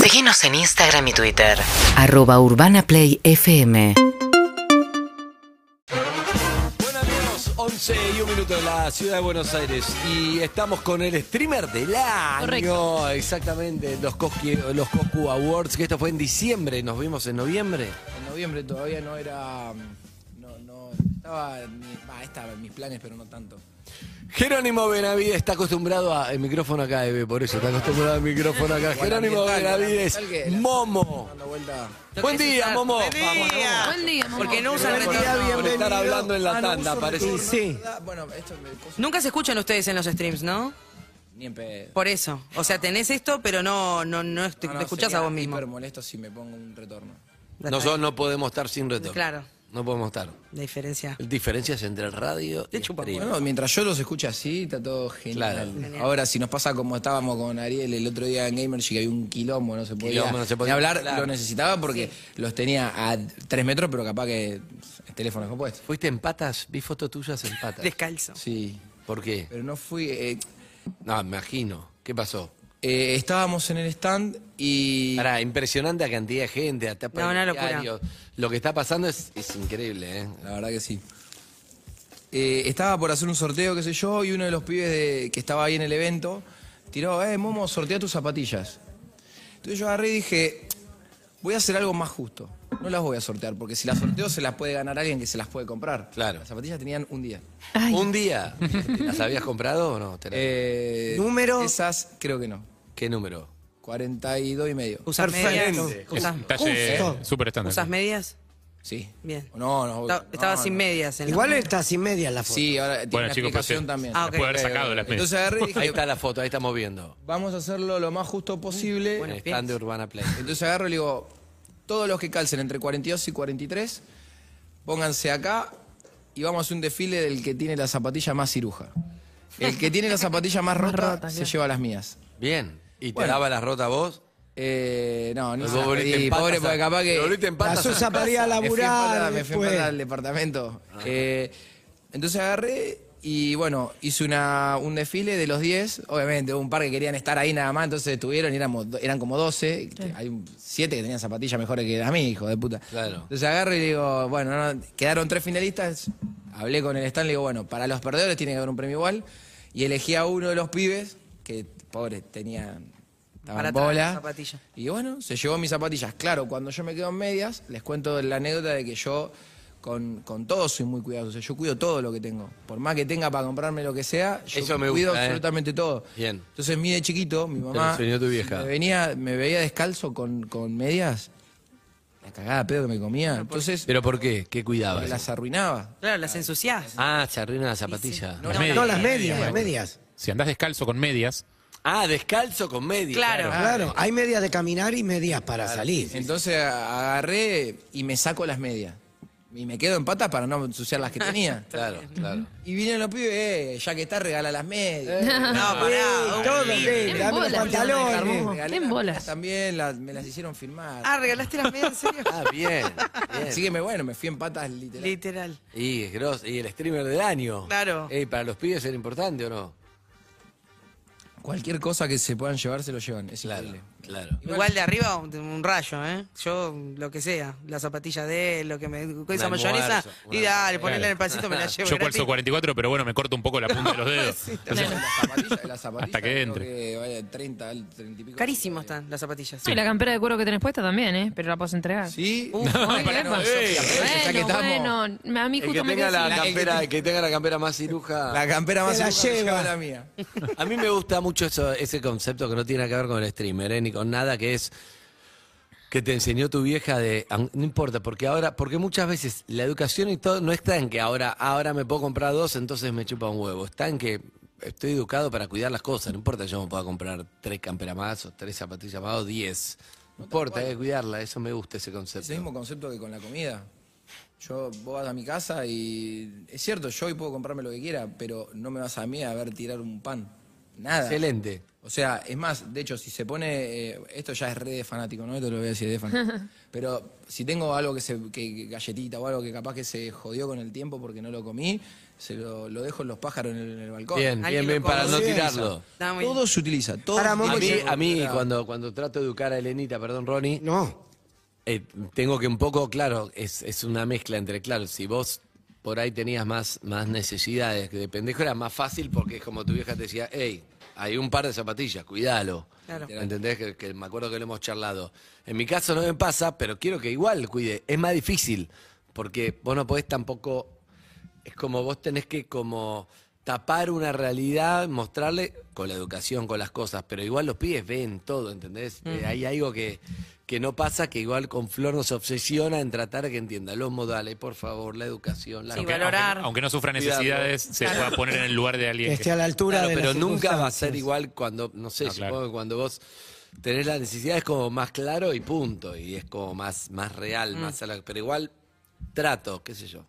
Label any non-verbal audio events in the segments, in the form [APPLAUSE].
Seguinos en Instagram y Twitter. Arroba Urbana Play FM. Bueno amigos, 11 y un minuto de la ciudad de Buenos Aires y estamos con el streamer del año. Correcto. Exactamente, los Coscu, los Coscu Awards, que esto fue en diciembre, nos vimos en noviembre. En noviembre todavía no era. mm, No, no. Estaba. ni- va, estaba en mis planes, pero no tanto. Jerónimo Benavides está acostumbrado a... El micrófono acá, bebé, por eso, está acostumbrado al [LAUGHS] micrófono acá. Jerónimo ambiental, Benavides, ambiental que era. momo. Dando vuelta. Buen día, momo. Buen día. Buen día, momo. Porque no usan Por retorno. estar- por estar hablando en la tanda, parece. Sí. Bueno, esto me cosa- Nunca se escuchan ustedes en los streams, ¿no? Ni en pedo. Por eso. O sea, tenés esto, pero no, no, no est- te, No, no, escuchás sería a vos mismo. hiper molesto si me pongo un retorno. Nosotros no podemos estar sin retorno. Claro. No podemos estar. La diferencia. Diferencias entre el radio y el chupa stream. Bueno, mientras yo los escucho así, está todo genial. Claro. Genial. Ahora, si nos pasa como estábamos con Ariel el otro día en Gamer, que había un quilombo, no se podía, Quilombo, no se podía ni hablar, hablar. lo necesitaba porque los tenía a tres metros, pero capaz que el teléfono es compuesto. ¿Fuiste en patas? Vi fotos tuyas en patas. Descalzo. Sí, ¿Por qué? pero no fui. eh, No, me imagino. ¿Qué pasó? eh, estábamos en el stand y. Ahora, impresionante la cantidad de gente, hasta para No, una el locura. diario. Lo que está pasando es, es increíble, ¿eh? La verdad que sí. Eh, estaba por hacer un sorteo, qué sé yo, y uno de los pibes de- que estaba ahí en el evento tiró, eh, Momo, sortea tus zapatillas. Entonces yo agarré y dije, voy a hacer algo más justo. No las voy a sortear, porque si las sorteo se las puede ganar alguien que se las puede comprar. Claro. Las zapatillas tenían un día. Un [LAUGHS] día, ¿las habías comprado o no? Te la- Eh, Número. Esas, creo que no. ¿Qué número? 42 y medio. ¿Usas medias? Perfecto. ¿Usas, Talle súper estándar. usas medias? Sí. Bien. No, no. Ta- no, Estaba no. sin medias. en la- Igual está sin media la foto. Sí, ahora tiene Bueno, una chicos, pues, explicación pasé. también. Ah, ok. Puede haber sacado las medias. Entonces agarré y dije, Ahí está la foto, ahí estamos viendo. vamos a hacerlo lo más justo posible. En Bueno, el stand de Urbana Play. Entonces agarro y le digo, todos los que calcen entre 42 y 43, pónganse acá y vamos a hacer un desfile del que tiene la zapatilla más ciruja. El que tiene la zapatilla más rota, rota, se claro. lleva las mías. Bien. ¿Y te Bueno. daba la rota a vos? Eh, no, ni Pues Vos se las volviste pedí, en patas pobre, a- porque capaz que... volviste en Ah. La patas a Susa la para ir a Me fui en laburar. pata- me fui en después. pata al departamento. Eh, entonces agarré y bueno, hice una, un desfile de los 10. Obviamente, hubo un par que querían estar ahí nada más, entonces estuvieron y éramos, do- eran como 12. que Hay 7 que tenían zapatillas mejores que a mí, hijo de puta. Claro. Entonces agarro y digo, bueno, no, quedaron tres finalistas. Hablé con el stand y le digo, bueno, para los perdedores tiene que haber un premio igual. Y elegí a uno de los pibes, que pobre, tenía. estaba Para en atrás, bola. la zapatilla. Y bueno, se llevó mis zapatillas. Claro, cuando yo me quedo en medias, les cuento la anécdota de que yo con, con todo soy muy cuidadoso. O sea, yo cuido todo lo que tengo. Por más que tenga para comprarme lo que sea, yo Eso me cuido gusta, ¿eh? absolutamente todo. Bien. Entonces, mí de chiquito, mi mamá Te lo enseñó tu vieja. Me, venía, me veía descalzo con, con medias. La cagada de pedo que me comía. Entonces, ¿Pero por qué? ¿Qué me cuidabas? las arruinaba. Claro, las ensuciás. Ah, se arruina la zapatilla. Las No, medias. las [LAUGHS] medias, las medias. Si andás descalzo con medias, Ah, descalzo con media. Claro. Ah, eh. Claro, hay medias de caminar y medias para salir. Entonces a- agarré y me saco las medias. Y me quedo en patas para no ensuciar las que [LAUGHS] tenía. Claro, claro. Y vinieron los pibes, eh, ya que está, regala las medias. No, pará. Todo, sí, En dame los bolas, pantalones. Momo. Regalé En las bolas. medias También las- me las hicieron firmar. Eh, Ah, regalaste las medias, en serio. Ah, bien. bien. Así que me, bueno, me fui en patas literal. Literal. Y es grosso. Y el streamer del año. Claro. Ey, para los pibes era importante o no? Cualquier cosa que se puedan llevar, se lo llevan. Es Claro, increíble. claro. Igual de arriba un, un rayo, ¿eh? Yo, lo que sea. La zapatilla de él, lo que me. Esa almuerzo, mayonesa. un Y dale, ponela en el pancito, me la llevo. yo gratis. calzo 44, pero bueno, me corto un poco la punta [LAUGHS] de los dedos. Entonces, Las zapatillas, las zapatillas Hasta que creo entre. que vale 30, al 30 y pico. Carísimo están las zapatillas. Y la campera de cuero que tenés puesta también, ¿eh? Pero la puedes entregar. Sí. [LAUGHS] Uf, muy bien. no, Sofía, pero ya que Bueno, estamos. bueno, a mí El que, justo me tenga quedé la sin- campera, el que tenga la campera más ciruja. La campera más Se la segura me lleva. la mía. A mí me gusta mucho eso- ese concepto que no tiene que ver con el streamer, ¿eh? ni con nada, que es que te enseñó tu vieja de an- no importa porque ahora porque muchas veces la educación y todo no está en que ahora ahora me puedo comprar dos entonces me chupa un huevo está en que estoy educado para cuidar las cosas no importa yo me pueda comprar tres camperas más o tres zapatillas más o diez no importa hay que cuidarla eso me gusta ese Es concepto el mismo concepto que con la comida. Yo voy a mi casa y es cierto, yo hoy puedo comprarme lo que quiera, pero no me vas a mí a ver tirar un pan. Nada. Excelente. O sea, es más, de hecho, si se pone. eh, esto ya es re de fanático, ¿no? Esto lo voy a decir de fanático. [LAUGHS] Pero si tengo algo que se. Que, que galletita o algo que capaz que se jodió con el tiempo porque no lo comí, se lo, lo dejo en los pájaros en el, en el balcón. Bien, bien, Alguien lo bien, para no conoce. tirarlo. Está muy bien. Todo se utiliza. Todo Para, se Momo, A mí, utiliza. a mí Para- cuando, cuando trato de educar a Elenita, perdón, Ronnie, No. eh, tengo que un poco, claro, es, es una mezcla entre, claro, si vos por ahí tenías más, más necesidades que de pendejo, era más fácil porque es como tu vieja te decía, hey, hay un par de zapatillas, cuídalo. Claro. ¿Entendés? Que, que me acuerdo que lo hemos charlado. En mi caso no me pasa, pero quiero que igual cuide. Es más difícil, porque vos no podés tampoco es como vos tenés que como tapar una realidad, mostrarle con la educación, con las cosas, pero igual los pibes ven todo, ¿entendés? Eh, hay algo que, que no pasa, que igual con Flor nos obsesiona en tratar de que entienda los modales, por favor, la educación, la Sí, Aunque- aunque- valorar. Aunque, no sufra Cuidado. necesidades, se pueda poner en el lugar de alguien. Que que- esté a la altura Claro, de pero las nunca va a circunstancias. ser igual cuando, no sé, No, claro. supongo que cuando vos tenés la necesidad es como más claro y punto, y es como más, más real, Mm. más a la- pero igual trato, qué sé yo.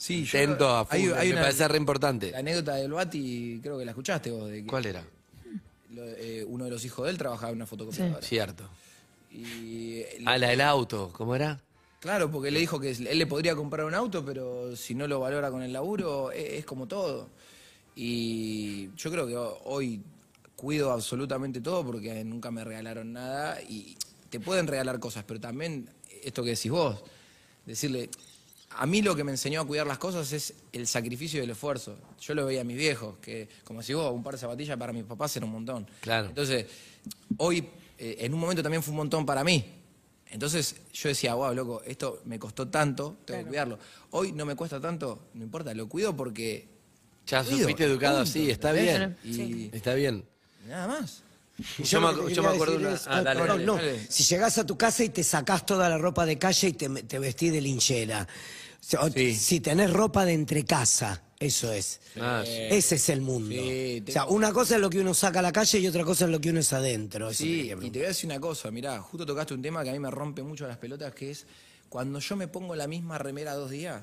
Sí, yo- Intento a full, me parece re importante. La anécdota del Bati, creo que la escuchaste vos. De que ¿Cuál era? lo- eh, uno de los hijos de él trabajaba en una fotocopiadora. Cierto. Y, eh, A la del auto, ¿cómo era? claro, porque le dijo que él le podría comprar un auto, pero si no lo valora con el laburo, e- es, como todo. Y yo creo que ho- hoy cuido absolutamente todo porque nunca me regalaron nada y te pueden regalar cosas, pero también esto que decís vos, decirle, a mí lo que me enseñó a cuidar las cosas es el sacrificio y el esfuerzo. Yo lo veía a mis viejos, que como si vos, un par de zapatillas para mis papás era un montón. Claro. Entonces, hoy, eh, en un momento también fue un montón para mí. Entonces yo decía, wow, loco, esto me costó tanto, tengo que cuidarlo. Hoy no me cuesta tanto, no importa, lo cuido porque... Ya lo cuido, supiste educado punto, así, está ¿entendés? bien. Y Está bien. y nada más. Yo, Yo me, lo acu- que yo me quería acuerdo decir una. es, Ah, dale, no, dale. no, dale. Si llegás a tu casa y te sacás toda la ropa de calle y te, te vestís de linchera. O sea, o- Sí. Si tenés ropa de entrecasa, eso es. Ah, sí. Ese es el mundo. Sí, O sea, una cosa es lo que uno saca a la calle y otra cosa es lo que uno es adentro. Eso Sí, quería y te preguntar. voy a decir una cosa, mirá, justo tocaste un tema que a mí me rompe mucho las pelotas, que es cuando yo me pongo la misma remera dos días.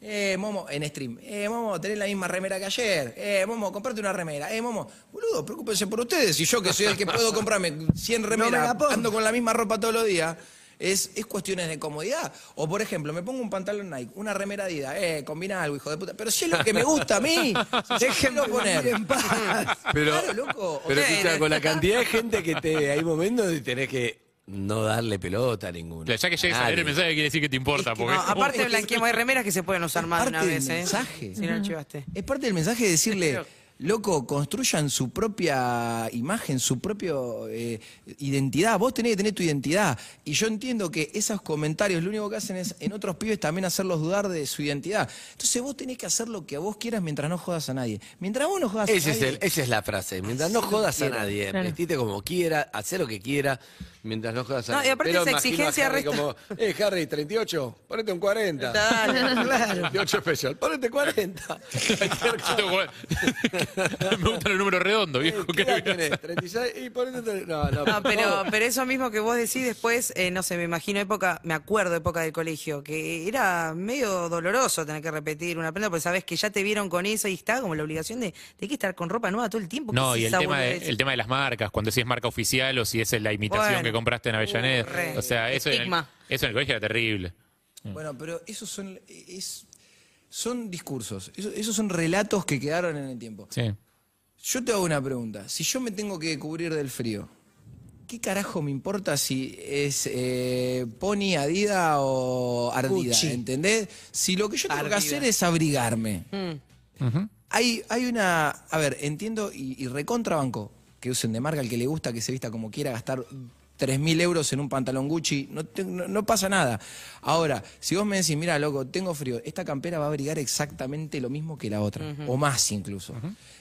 Eh, Momo, en stream. Eh, Momo, tenés la misma remera que ayer. Eh, Momo, comprate una remera. Eh, Momo, boludo, preocúpense por ustedes. Y yo que soy el que puedo comprarme 100 me remeras, la pongo. ando con la misma ropa todos los días. Es, es cuestiones de comodidad. O, por ejemplo, me pongo un pantalón Nike, una remera Adidas. Eh, combina algo, hijo de puta. Pero si es lo que me gusta [LAUGHS] a mí, déjenlo poner. en paz. Pero, claro, loco. o pero sea, escucha, con la cantidad de gente que te ve, hay momentos y tenés que no darle pelota a ninguno. Claro, Ya que llegues a leer Nadie. el mensaje quiere decir que te importa. No, porque es como- [LAUGHS] aparte blanqueamos, hay remeras que se pueden usar más de una parte del vez, ¿eh? mensaje. Si no archivaste. Es parte del mensaje de decirle, loco, construyan su propia imagen, su propia identidad. Vos tenés que tener tu identidad. Y yo entiendo que esos comentarios lo único que hacen es en otros pibes también hacerlos dudar de su identidad. Entonces vos tenés que hacer lo que vos quieras mientras no jodas a nadie. Mientras vos no jodas Ese a es nadie. el, esa es la frase. Mientras no jodas a nadie, Claro. vestite como quiera, hacé lo que quiera, mientras no jodas a No, y nadie. aparte Pero esa imagino exigencia a Harry resta- como, eh, Harry, 38, ponete un 40. [LAUGHS] Claro. 38 especial, ponete [LAUGHS] 40. Yo tengo que- [LAUGHS] Me gustan los números [LAUGHS] redondos, viejo. ¿Qué edad que- tenés? 36 y ponete... tre- No, no, Ah, No, por pero, favor. pero eso mismo que vos decís después, eh, no sé, me imagino época, me acuerdo época del colegio, que era medio doloroso tener que repetir una prenda, porque sabés que ya te vieron con eso y está como la obligación de, de que estar con ropa nueva todo el tiempo. ¿qué No, es y el esa tema, de, boludez? el tema de las marcas, cuando si es marca oficial o si es la imitación Bueno. que compraste en Avellaneda. Uh, re. o sea, eso en, el, Estigma. eso en el colegio era terrible. Bueno, pero esos son, es- son discursos, esos, esos son relatos que quedaron en el tiempo. Sí. Yo te hago una pregunta. Si yo me tengo que cubrir del frío, ¿qué carajo me importa si es eh, Pony, Adida o Ardida? Gucci. ¿Entendés? Si lo que yo tengo Ardida. que hacer es abrigarme. Hay, hay una. A ver, entiendo y, y recontrabanco que usen de marca el que le gusta que se vista como quiera, gastar 3.000 euros en un pantalón Gucci, no, te- no- no pasa nada. Ahora, si vos me decís, mira, loco, tengo frío, esta campera va a abrigar exactamente lo mismo que la otra, o más incluso.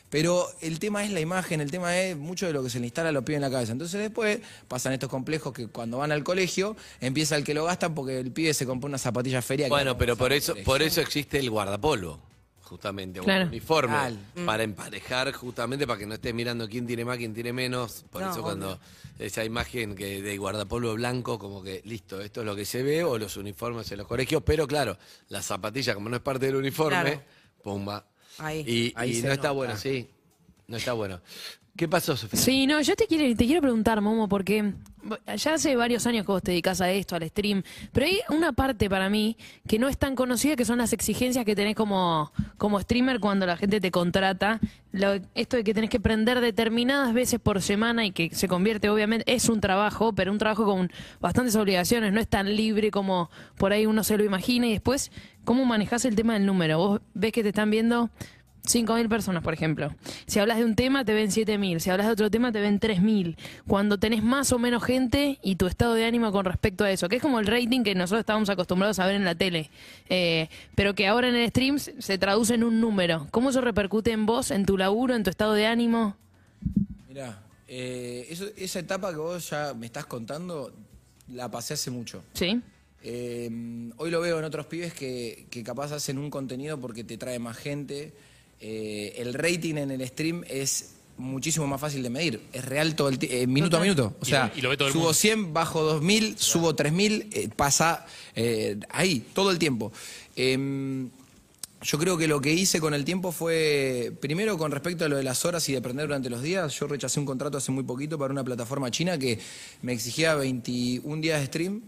Pero el tema es la imagen, el tema es mucho de lo que se le instala a los pibes en la cabeza. Entonces después pasan estos complejos que cuando van al colegio empieza el que lo gastan porque el pibe se compra una zapatilla feria. que- Bueno, pero por eso, por eso existe el guardapolvo, justamente, o Claro. el uniforme, Mm. Mal. para emparejar, justamente, para que no estés mirando quién tiene más, quién tiene menos. Por No, eso cuando esa imagen que de guardapolvo blanco, como que, listo, esto es lo que se ve, o los uniformes en los colegios, pero claro, la zapatilla, como no es parte del uniforme, Claro. pumba. Ahí. Y, Ahí y se no está nota. bueno, sí. No está bueno. ¿Qué pasó, Sofía? Sí, no, yo te quiero, te quiero preguntar, Momo, porque ya hace varios años que vos te dedicas a esto, al stream, pero hay una parte para mí que no es tan conocida, que son las exigencias que tenés como, como streamer cuando la gente te contrata. Lo- esto de que tenés que prender determinadas veces por semana y que se convierte, obviamente, es un trabajo, pero un trabajo con bastantes obligaciones, no es tan libre como por ahí uno se lo imagina. Y después, ¿cómo manejás el tema del número? Vos ves que te están viendo 5.000 personas, por ejemplo. Si hablas de un tema, te ven 7.000. Si hablas de otro tema, te ven 3.000. Cuando tenés más o menos gente y tu estado de ánimo con respecto a eso, que es como el rating que nosotros estábamos acostumbrados a ver en la tele, eh, pero que ahora en el stream se se traduce en un número. ¿Cómo eso repercute en vos, en tu laburo, en tu estado de ánimo? Mirá, eh, eso- esa etapa que vos ya me estás contando, la pasé hace mucho. ¿Sí? Eh, hoy lo veo en otros pibes que, que capaz hacen un contenido porque te trae más gente. Eh, el rating en el stream es muchísimo más fácil de medir. Es real todo el ti- eh, minuto a minuto. O Y- sea, y lo ve todo el subo mundo. 100, bajo 2000, subo 3000, eh, pasa eh, ahí todo el tiempo. Em, yo creo que lo que hice con el tiempo fue, primero con respecto a lo de las horas y de aprender durante los días, yo rechacé un contrato hace muy poquito para una plataforma china que me exigía 21 días de stream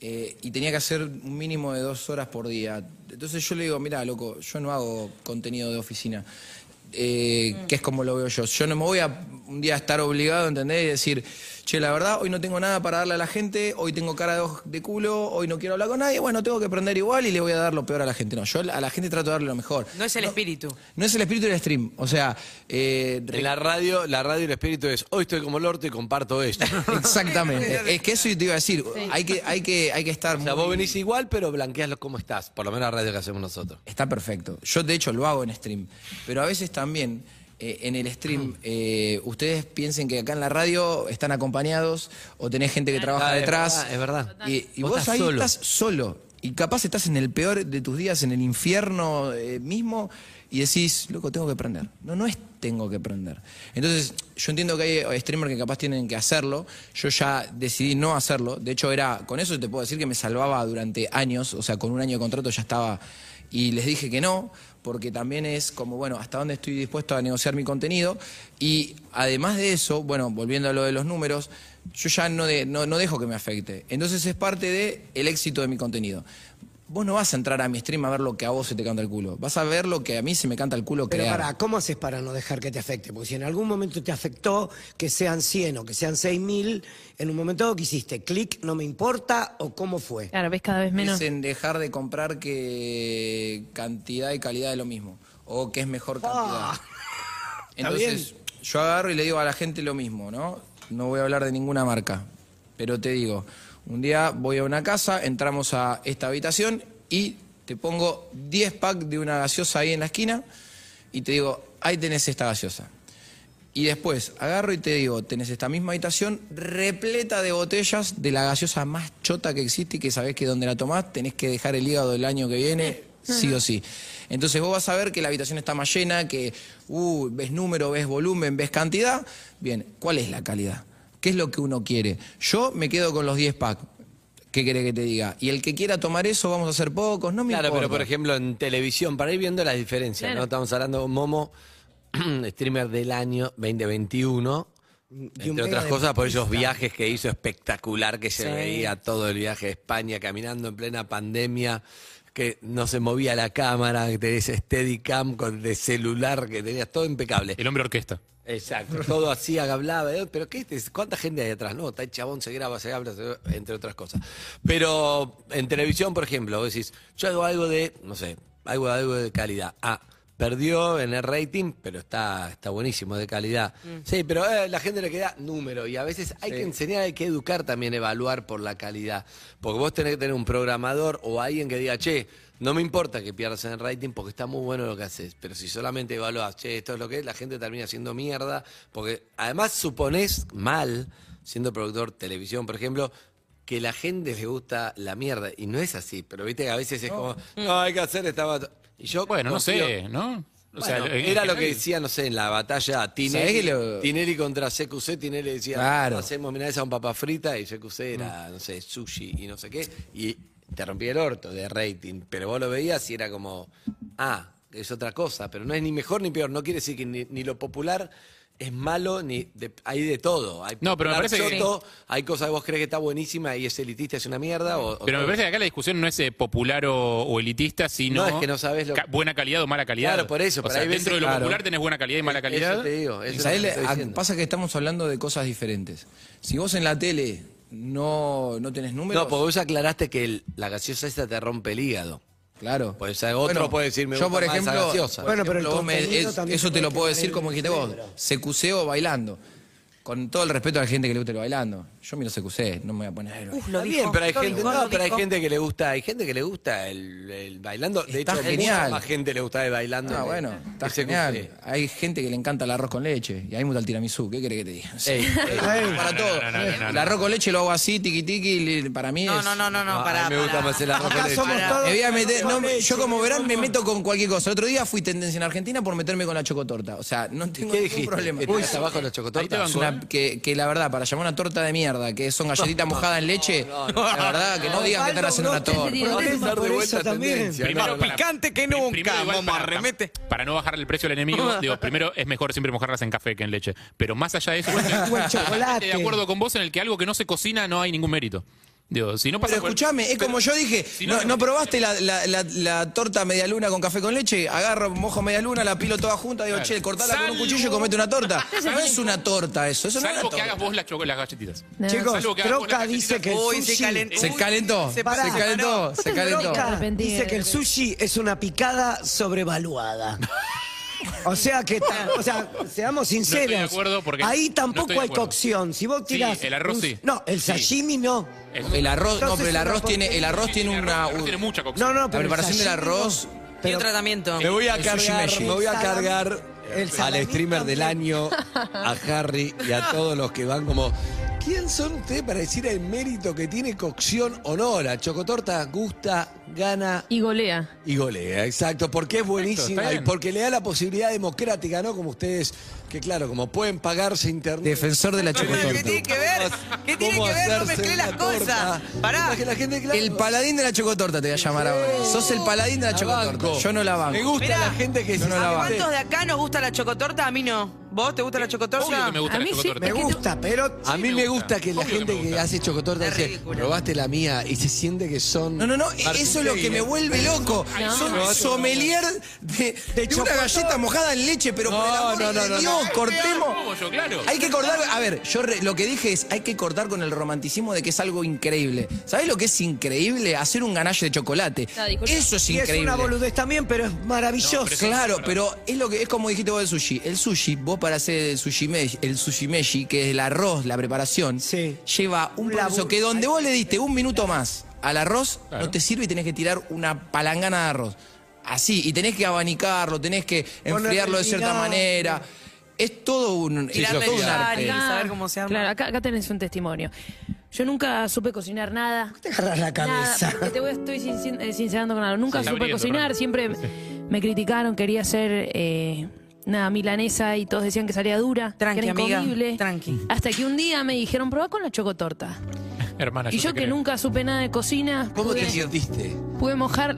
eh, y tenía que hacer un mínimo de dos horas por día. Entonces yo le digo, mira, loco, yo no hago contenido de oficina, eh, que es como lo veo yo. Yo no me voy a un día estar obligado, ¿entendés? Y decir, che, la verdad, hoy no tengo nada para darle a la gente, hoy tengo cara de, oj- de culo, hoy no quiero hablar con nadie, bueno, tengo que aprender igual y le voy a dar lo peor a la gente. No, yo a la gente trato de darle lo mejor. No es el espíritu. No es el espíritu del stream, o sea... eh, [LAUGHS] En la radio, la radio y el espíritu es, hoy estoy como el orto y comparto esto. Exactamente. Es que eso yo te iba a decir. Hay, que, hay, que, hay que estar O sea, muy- vos venís igual, pero blanqueas lo como estás. Por lo menos la radio que hacemos nosotros. Está perfecto. Yo, de hecho, lo hago en stream. Pero a veces también eh, en el stream, eh, ustedes piensen que acá en la radio están acompañados o tenés gente que trabaja Ah, es detrás. verdad, es verdad. Y, y Vos vos, estás ahí solo. estás solo. Y capaz estás en el peor de tus días, en el infierno eh, mismo, y decís, loco, tengo que aprender. No, no es tengo que aprender. Entonces, yo entiendo que hay eh, streamers que capaz tienen que hacerlo. Yo ya decidí no hacerlo. De hecho, era con eso te puedo decir que me salvaba durante años. O sea, con un año de contrato ya estaba. Y les dije que no, porque también es como, bueno, hasta dónde estoy dispuesto a negociar mi contenido. Y además de eso, bueno, volviendo a lo de los números, yo ya no, de- no, no dejo que me afecte. Entonces es parte de el éxito de mi contenido. Vos no vas a entrar a mi stream a ver lo que a vos se te canta el culo. Vas a ver lo que a mí se me canta el culo Pero crear. pará, ¿cómo haces para no dejar que te afecte? Porque si en algún momento te afectó que sean 100 o que sean 6000, en un momento dado que hiciste clic, no me importa o cómo fue. Claro, ves cada vez menos. Es en dejar de comprar que cantidad y calidad es lo mismo. O que es mejor cantidad. Está Entonces, yo agarro y le digo a la gente lo mismo, ¿no? No voy a hablar de ninguna marca. Pero te digo, un día voy a una casa, entramos a esta habitación y te pongo 10 packs de una gaseosa ahí en la esquina y te digo, ahí tenés esta gaseosa. Y después agarro y te digo, tenés esta misma habitación repleta de botellas de la gaseosa más chota que existe y que sabés que donde la tomás tenés que dejar el hígado el año que viene, sí o sí. Entonces vos vas a ver que la habitación está más llena, que uh, ves número, ves volumen, ves cantidad. Bien, ¿cuál es la calidad? ¿Qué es lo que uno quiere? Yo me quedo con los 10 packs. ¿Qué querés que te diga? Y el que quiera tomar eso, vamos a hacer pocos, no me Claro, importa. pero por ejemplo en televisión, para ir viendo las diferencias, Claro. ¿no? Estamos hablando de un Momo, [CLEARS THROAT] streamer del año 2021. Mm, Entre mega otras de cosas, por esos viajes que hizo espectacular, que se veía todo el viaje a España, caminando en plena pandemia, que no se movía la cámara, que tenés Steadicam con de celular, que tenías todo impecable. El hombre orquesta. Exacto, todo así hablaba, ¿eh? pero qué es? ¿cuánta gente hay atrás? No, está el chabón, se graba, se habla, se- entre otras cosas. Pero en televisión, por ejemplo, vos decís, yo hago algo de, no sé, algo, algo de calidad. Ah, perdió en el rating, pero está, está buenísimo de calidad. Sí, pero eh, la gente le queda número y a veces hay que enseñar, hay que educar también, evaluar por la calidad. Porque vos tenés que tener un programador o alguien que diga, che, no me importa que pierdas en el rating porque está muy bueno lo que haces, pero si solamente evaluás, che, esto es lo que es, la gente termina haciendo mierda, porque además suponés mal, siendo productor de televisión, por ejemplo, que la gente le gusta la mierda, y no es así, pero viste que a veces es como, no, hay que hacer esta bat-". Y yo, Bueno, no confío- sé, ¿no? O sea, eh, Bueno, en- era lo en- que decía, no sé, en la batalla Tinelli, ¿Sabés que lo- Tinelli contra CQC, Tinelli decía, Claro. "No hacemos milanesa con papa frita y CQC Mm. era, no sé, sushi y no sé qué, y te rompía el orto de rating, pero vos lo veías y era como, ah, es otra cosa, pero no es ni mejor ni peor, no quiere decir que ni, ni lo popular es malo, ni de- hay de todo. Hay No, pero me popular parece que- choto, Hay cosas que vos crees que está buenísima y es elitista, es una mierda. o- o Pero me todo. parece que acá la discusión no es eh, popular o, o elitista, sino. No, es que no sabés lo- ca- buena calidad o mala calidad. Claro, por eso, O pero sea, hay veces- dentro de lo claro. popular tenés buena calidad y mala Eso calidad. te digo. eso es lo que Isabel, te estoy a- diciendo. ah, pasa que estamos hablando de cosas diferentes. Si vos en la tele no, no tenés números. No, porque vos aclaraste que el- la gaseosa esta te rompe el hígado. Claro. Puede ser pues, otro, puede decir, me yo, gusta por más esa ejemplo, gaseosa. Bueno, pero el Ejemplo, vos me- contenido es- también eso se te lo puede puedo tener decir en como el dijiste vos, cerebro. Secuseo bailando. Con todo el respeto a la gente que le gusta el bailando. Yo miro secusé, no me voy a poner héroe. Uf, lo Está dijo. bien, pero hay lo gente, dijo, no, lo pero hay dijo. gente que le gusta, hay gente que le gusta el, el bailando. De Está hecho, mucha genial. más gente le gusta el bailando. Ah, que- bueno, está que se genial. guste. Hay gente que le encanta el arroz con leche y a mí me gusta el tiramisú. ¿Qué querés que te diga? Ey, Para todo. no, no, no, no, el no. arroz con leche lo hago así, tiqui tiqui. y le- Para mí No, es- no, no, no, a no, mí pará. me gusta pará. más el arroz con Acá leche. somos Pará. todos. Me voy a meter, no, me- yo como verán me Con meto con cualquier cosa. El otro día fui tendencia en Argentina por meterme con la chocotorta. O sea, no tengo ¿Qué ningún dijiste? problema. ¿Que te vas abajo los Ahí te ¿eh? chocotortas? van Es una- que, que la verdad, para llamar una torta de mierda, que son [LAUGHS] galletitas mojadas en leche, la verdad, que no digan que están haciendo una torta. Pero Por debe eso, dar por eso también. Primero, Más picante que pri- nunca, primero igual mamá, para- remete. Para no bajar el precio al [LAUGHS] enemigo, digo, primero es mejor siempre mojarlas en café que en leche. Pero más allá [LAUGHS] de eso, yo estoy- buen estoy chocolate. de acuerdo con vos en el que algo que no se cocina no hay ningún mérito. Digo, si no pasa Pero cual- escúchame, es como yo dije, no- ¿no, no probaste la, la- la- la torta media luna con café con leche? Agarro, mojo media luna, la pilo toda junta, digo, che, cortala con un Salvo- cuchillo y comete una torta. No es una torta eso, eso no es una Salvo que torta. hagas vos las, choco- las galletitas. No. Chicos, Salvo que hagas Troca una dice que el Uy, se sushi... calentó. Se Oh, calentó, se Pará. calentó, se calentó. Troca Arrepentí, dice que el sushi es una picada [LAUGHS] sobrevaluada. O sea que, ta- o sea, seamos estoy de sinceros. acuerdo porque- ahí no tampoco estoy de hay acuerdo. cocción. Si vos Sí, tirás. el arroz un- sí. No, el Sí. sashimi no. Eso. El arroz, no, Entonces pero el es una arroz tiene, el porquería. arroz tiene el una. arroz tiene mucha cocción. No, no, La pero el preparación del sashimi no. arroz. Y un tratamiento. Me voy a El sushi cargar, meshi. me voy a El salami- cargar el al salami streamer del también. año, a Harry y a todos los que van como. ¿Quién son ustedes para decir el mérito que tiene cocción o no? La chocotorta gusta, gana Y golea. y golea. Exacto, porque es buenísima está y bien. porque le da la posibilidad democrática, ¿no? Como ustedes, que claro, como pueden pagarse internet. Defensor de la ¿Qué chocotorta. tiene que ver? ¿Qué tiene ¿Cómo que ver? No hacerse mezclé una las torta? cosas. Pará. Para que la gente, claro, El paladín de la chocotorta te voy a llamar ahora. Sos el paladín de la La chocotorta. banco. Yo no la Me banco. gusta Mirá, la gente que yo se no la ¿A banco. cuántos de acá nos gusta la chocotorta? A mí no. ¿Vos te gusta la Obvio chocotorta? que me gusta A la mí sí, chocotorta. Me gusta, pero. A mí me me gusta. gusta que la Obvio que gente me que, gusta. hace chocotorta Es dice, ridícula. probaste la mía y se siente que son... No, no, no, eso es lo que Martín me vuelve loco. Son sommelier de, de una galleta mojada en leche, pero por el No, amor no, no, de no, no. Dios, cortemos. Como yo, claro. Hay que cortar, a ver, yo re- lo que dije es, hay que cortar con el romanticismo de que es algo increíble. ¿Sabés lo que es increíble? Hacer un ganache de chocolate. No, disculpa. Eso es Y es increíble. una boludez también, pero es maravilloso. Claro, pero es lo que es como dijiste vos del sushi. El sushi, vos para hacer el sushi meshi, el sushi meshi, que es el arroz, la preparación, Sí. lleva un Un proceso laburo. que donde vos le diste un minuto más al arroz, Claro. no te sirve y tenés que tirar una palangana de arroz. Así, y tenés que abanicarlo, tenés que Ponerle enfriarlo de cierta vinagre. manera. Es todo un, es Tirarle todo un el arte. sal. saber cómo se arma. Claro, acá, acá tenés un testimonio. Yo nunca supe cocinar nada. Te agarras la cabeza. Nada, porque te voy, estoy sin- sin- eh, sincerando con algo. Nunca Sí. Está supe abriendo, cocinar, Ron. [LAUGHS] siempre me criticaron, quería hacer eh, nada, milanesa y todos decían que salía dura, Tranqui, que era amiga, incomible. tranqui. Hasta que un día me dijeron, probá con la chocotorta. Hermana, y yo te que creo. nunca supe nada de cocina, ¿Cómo te pude, sentiste? pude mojar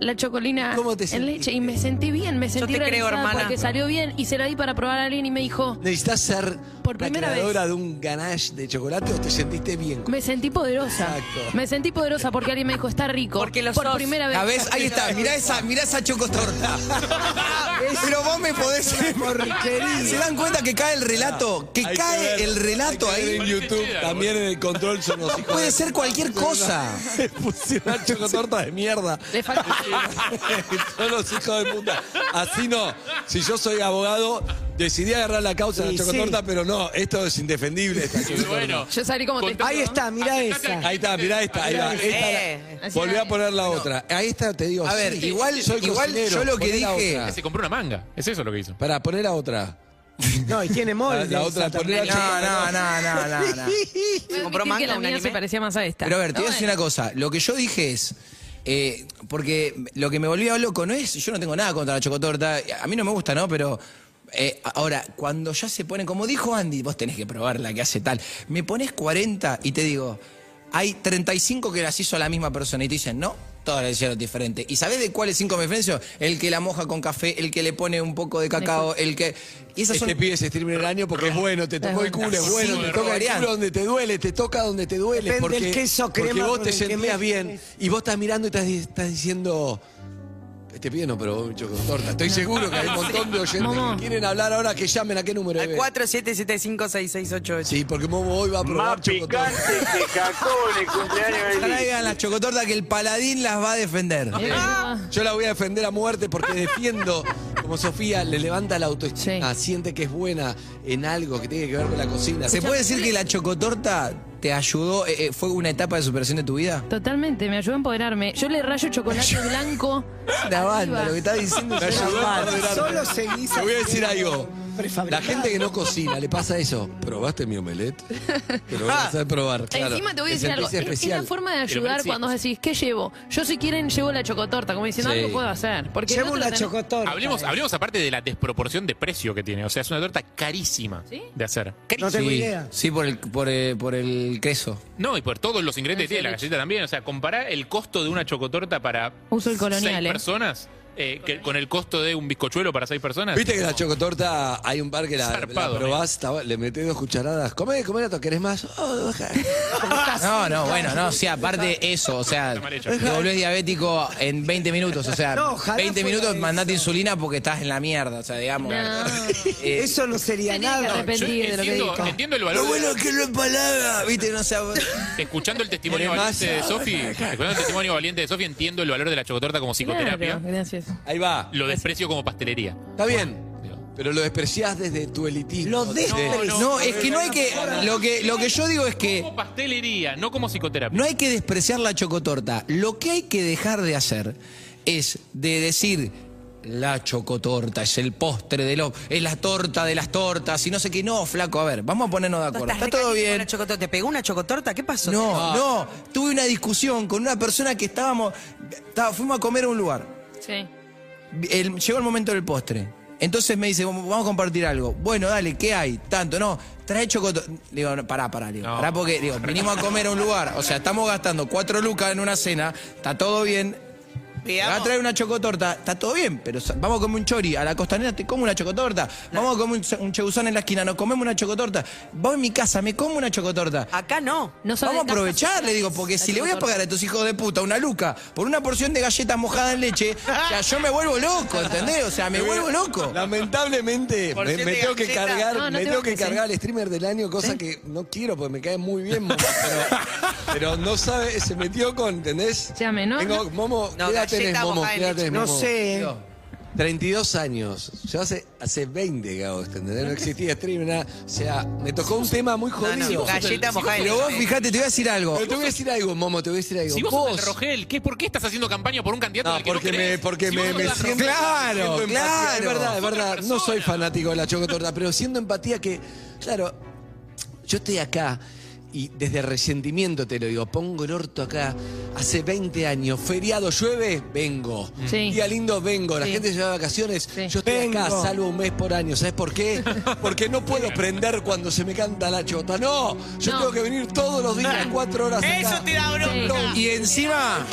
la chocolina ¿Cómo te en sentiste? leche y me sentí bien, me sentí te creo, realizada hermana. porque salió bien y se la di para probar a alguien y me dijo, ¿Necesitas ser Por la primera creadora de un ganache de chocolate o te sentiste bien? me sentí poderosa. Exacto. Me sentí poderosa porque alguien me dijo, está rico. Porque lo por sos. primera vez. A ver, ahí está, mirá esa, mirá esa chocotorta. Pero vos me podés. ¿Se dan cuenta que cae el relato? Que Hay cae ver- el relato hay que ver ahí. en YouTube, cheddar, también en el control son los hijos Puede de- ser cualquier cosa. Le pusieron una chocotorta de mierda. Le falta- Son los hijos de puta. Así no. Si yo soy abogado, decidí agarrar la causa de Y la sí. chocotorta, pero no, esto es indefendible. esta Y chocotorta. bueno, Yo salí como Con- testigo. Ahí está, mirá esa. Ahí está, mirá esta, ahí va. Esta la- Eh, Volví a poner la otra. Ahí está, te digo. A ver, sí, igual- soy igual cocinero, yo lo que poné la dije- otra. se compró una manga. Es eso lo que hizo. Pará, poné la otra. No, y tiene La, molde. la otra, esa poné la también. No, no, no, no, [LAUGHS] no, no. Voy a admitir compró que manga, la un mía anime. se parecía más a esta. Pero a ver, te voy a decir No, una cosa. Lo que yo dije es. eh, porque lo que me volvía loco no es. Yo no tengo nada contra la chocotorta. A mí no me gusta, ¿no? Pero. eh, ahora, cuando ya se ponen, como dijo Andy, vos tenés que probar la que hace tal. Me pones 40 y te digo, hay 35 que las hizo la misma persona y te dicen, no, Todos le dijeron diferente. ¿Y sabés de cuáles cinco me diferencio? El que la moja con café, el que le pone un poco de cacao, el que. Y esas Este son. pibe es streamer del año porque es bueno, te tocó el culo, es Sí, bueno, te me toca el robarían. culo donde te duele, te toca donde te duele. Depende Porque, del queso porque crema vos con te el que sentías me- bien y vos estás mirando y estás, di- estás diciendo... Este pibe no probó mucho con torta. Estoy seguro [LAUGHS] que hay un montón de oyentes Momo. que quieren hablar ahora que llamen a qué número. Al bebé? 47756688. Sí, porque Momo hoy va a probar Más picante chocotorta. que cacón [LAUGHS] el cumpleaños de Liz. Traigan las chocotortas que el paladín las va a defender. Eh, Yo la voy a defender a muerte porque defiendo, como Sofía, le levanta la autoestima, siente que es buena en algo que tiene que ver con la cocina. ¿Se puede decir que la chocotorta te ayudó, eh, eh, fue una etapa de superación de tu vida? Totalmente, me ayudó a empoderarme. Yo le rayo [LAUGHS] chocolate blanco. La banda, lo que está diciendo Me es ayudó una a banda. empoderarme. Solo seguís Te voy a decir haciendo algo. La prefabricado. gente que no cocina le pasa eso. ¿Probaste mi omelette? Pero Ah. vas a saber probar. Claro. Encima te voy a decir sentís algo. Es, es especial. la forma de Pero ayudar sí. cuando decís, ¿qué llevo? Yo, si quieren, llevo la chocotorta. Como diciendo, Sí. algo puedo hacer. Porque no Llevo te lo una tenés- chocotorta. Hablemos, hablemos aparte de la desproporción de precio que tiene. O sea, es una torta carísima ¿Sí? de hacer. No tengo sí, idea. Sí, por el, por, el, por el queso. No, y por todos los ingredientes que tiene, la galleta también. O sea, comparar el costo de una chocotorta para Uso el colonial, seis eh. personas eh, que- con el costo de un bizcochuelo para seis personas. Viste que la chocotorta hay un par que la, la Zarpado, eh. probás, está- le metés dos cucharadas. Comé, comé, la ¿querés más? [LAUGHS] Oh, deja. Ah, No, no, bueno, no, o sea, aparte eso, o sea, Amarillo. te volvés diabético en 20 minutos, o sea, No, ojalá 20 fuera minutos eso. mandate insulina porque estás en la mierda, o sea, digamos. [LAUGHS] No. Eh, Eso no sería Tenía que nada. arrepentir. Entendí Yo de lo que entiendo, dijo. entiendo el valor. Lo de- bueno es que lo empalaga, viste, no sea... Escuchando el testimonio Querés valiente de más. [LAUGHS] Sofi, escuchando el testimonio valiente de Sofi, entiendo el valor de la chocotorta como psicoterapia. Claro, gracias. Ahí va. Lo desprecio como pastelería. Está bien. Pero lo despreciás desde tu elitismo. Lo desde- despreciás. No, es que no hay que... Lo que, lo que yo digo es que... Como pastelería, no como psicoterapia. No hay que despreciar la chocotorta. Lo que hay que dejar de hacer es de decir la chocotorta es el postre de los es la torta de las tortas y no sé qué no flaco a ver vamos a ponernos de No, acuerdo estás está todo recaliente con la bien chocotorta. ¿Te pegó una chocotorta? ¿Qué pasó? no no tuve una discusión con una persona que estábamos estaba- fuimos a comer a un lugar Sí. el- llegó el momento del postre. Entonces me dice, vamos vamos a compartir algo. Bueno, dale, ¿qué hay? Tanto, no, trae chocotorta. Le digo, no, pará, pará, le digo, No. pará porque, digo, vinimos a comer a un lugar. O sea, estamos gastando cuatro lucas en una cena, está todo bien. Me Va a traer una chocotorta, está todo bien, pero sa- vamos a comer un chori, a la costanera te como una chocotorta, vamos a comer un, sa- un chebuzón en la esquina, nos comemos una chocotorta, voy a mi casa, me como una chocotorta. Acá no. No sabe Vamos a tantas aprovechar, le digo, porque cosas. si le voy a pagar a tus hijos de puta una luca por una porción de galletas mojada en leche, o sea, yo me vuelvo loco, ¿entendés? O sea, me vuelvo loco. Lamentablemente, Por me, siete me tengo que galletas. cargar, No, no me te tengo que bajes, cargar al streamer del año, cosa que no quiero porque me cae muy bien, Momo, pero, pero no sabe, se metió con, ¿entendés? Llame, ¿no? Tengo- No. Momo, No, ¿qué edad galleta tenés, Momo? mojada ¿Qué en edad leche. tenés, No Momo? sé. 32 años, yo hace, hace 20 Gabo, ¿entendés? No existía streamer, nada. o sea, me tocó un tema muy No, no, jodido. galleta mojada en Pero vos leche. fíjate, te voy a decir algo. Pero te voy a decir algo, Momo, te voy a decir algo. Si vos, sos el Rogel, ¿qué, ¿por qué estás haciendo campaña por un candidato No, del que Ah, porque no me, querés? porque Si me, vos me sos el siento. Rogel, Claro, siento empatía. claro. Es verdad, es verdad. Otra No soy persona. fanático de la chocotorta, pero siento empatía que, claro, yo estoy acá y desde resentimiento te lo digo, pongo el orto acá. Hace 20 años, feriado llueve, vengo. Sí. Día lindo, vengo. La Sí. gente se va de vacaciones. Sí. Yo estoy acá, Vengo. salvo un mes por año. ¿Sabes por [LAUGHS] qué? Porque no puedo prender cuando se me canta la chota. No, yo No. tengo que venir todos los días, cuatro horas. Eso te da bronca. Y encima,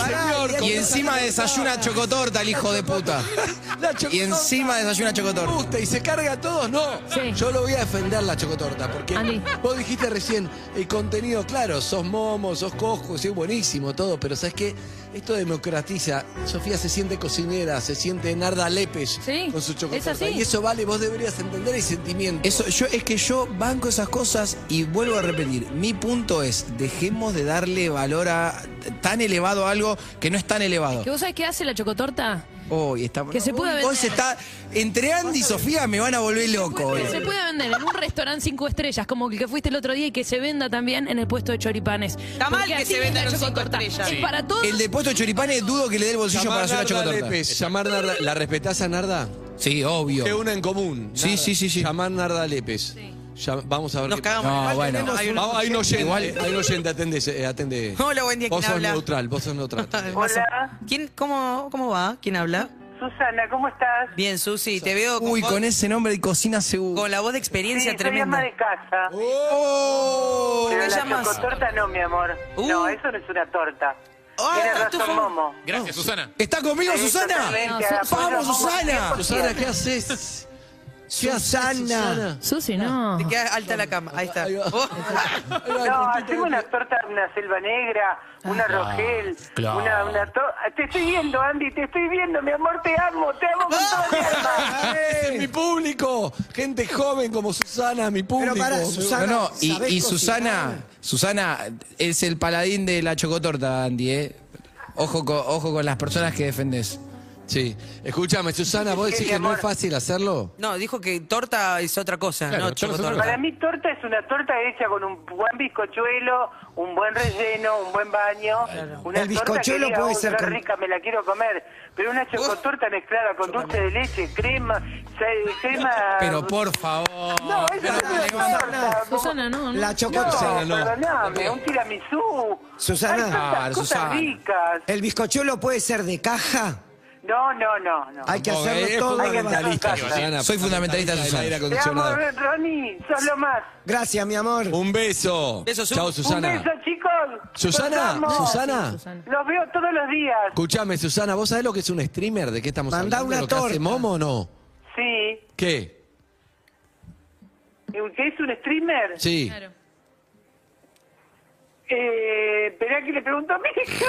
y encima desayuna chocotorta el hijo de puta. [LAUGHS] La chocotorta. Y encima desayuna Me chocotorta. gusta y se carga a todos, no. Sí. Yo lo voy a defender la chocotorta, porque Andy. vos dijiste recién el contenido, claro, sos momo, sos cojo, sí, buenísimo todo, pero ¿sabes qué? Esto democratiza. Sofía se siente cocinera, se siente Narda Lépez Sí, con su es chocotorta. así. Y eso vale, vos deberías entender el sentimiento. Eso, yo, es que yo banco esas cosas y vuelvo a repetir, mi punto es, dejemos de darle valor a tan elevado a algo que no es tan elevado. ¿Que vos sabés qué hace la chocotorta? Hoy está. Que se pueda hoy, vender. se está. Entre Andy y Sofía me van a volver loco. hoy. Se puede vender en un restaurante cinco estrellas, como el que fuiste el otro día, y que se venda también en el puesto de choripanes. Está mal que se venda en un cinco estrellas. Es Sí. para todos. El de puesto de choripanes dudo que le dé el bolsillo para hacer la chocotorta. Lépez, llamar Narda, ¿la respetás a Narda? Sí, obvio. Que una en común. Sí, sí, sí, sí. Llamar Narda Lépez. Llam- vamos a ver. Nos qué- cagamos. No, Igual bueno. tenemos Hay un- un, hay un oyente, Igual- hay un oyente, atende, eh, [LAUGHS] atende. Hola, buen día, Vos ¿quién sos habla? neutral, vos sos [LAUGHS] neutral. Hola, Ah, ¿Quién, cómo, ¿Cómo va? ¿Quién habla? Susana, ¿cómo estás? Bien, Susi, te veo con, Uy, voz- con ese nombre de cocina con seguro. la voz de experiencia Sí, soy tremenda. ama de casa. ¡Oh! Pero ¿Cómo te la llamas? chocotorta no, mi amor. Uh. No, eso no es una torta. Ah, Tienes razón, Momo. Gracias, Susana. ¿Está conmigo, Sí, Susana? totalmente, a la ¡Vamos, puerta, Susana! vamos, Susana, ¿qué haces? ¿Qué haces, Susana. Susi, no. Te queda alta la cama. Ahí está. Oh. Ahí va. Ahí va, No, juntito. hacemos una torta, una selva negra, una rogel, claro. una, una to- Te estoy viendo, Andy, te estoy viendo, mi amor, te amo, te amo con toda [LAUGHS] mi alma. ¡Ese es mi público! Gente joven como Susana, mi público. Pero pará, No, Susana. no, y, ¿sabés y cocinar? Susana, Susana es el paladín de la chocotorta, Andy, ¿eh? Ojo con, ojo con las personas que defendés. Sí. Escúchame, Susana, ¿vos decís Sí, que no amor. es fácil hacerlo? [LAUGHS] No, dijo que torta es otra cosa, Claro, no torta es otra chocotorta. cosa. Para mí torta es una torta hecha con un buen bizcochuelo, un buen relleno, un buen baño. Una El torta que bizcochuelo diga, puede "Oh, ser qué con- rica, me la quiero comer. Pero una chocotorta mezclada con dulce de leche, crema, se- crema... Pero por favor. No, eso no es una torta. Susana, no, no. La chocotorta. No, perdóname, un tiramisú. Susana. Hay tantas Claro, cosas Ah, Susana. ricas. El bizcochuelo puede ser de caja. No, no, no, Ah, no. eh, Hay que No, hacerlo es todo. que hacerlo abajo. en casa. Soy fundamentalista, del Susana. aire Te amo, acondicionado. Ronnie, sos lo más. Gracias, mi amor. Un beso. Beso, Su. Chao, Susana. Un beso, chicos. Susana, Los amo. Susana. Susana. Los veo todos los días. Escúchame, Susana, ¿vos sabés lo que es un streamer? ¿De qué estamos Mandá hablando? una ¿Lo que hace torta. Momo o no? Sí. ¿Qué? ¿Qué es un streamer? Sí. Claro. Eh, esperá que le pregunto a mi hijo.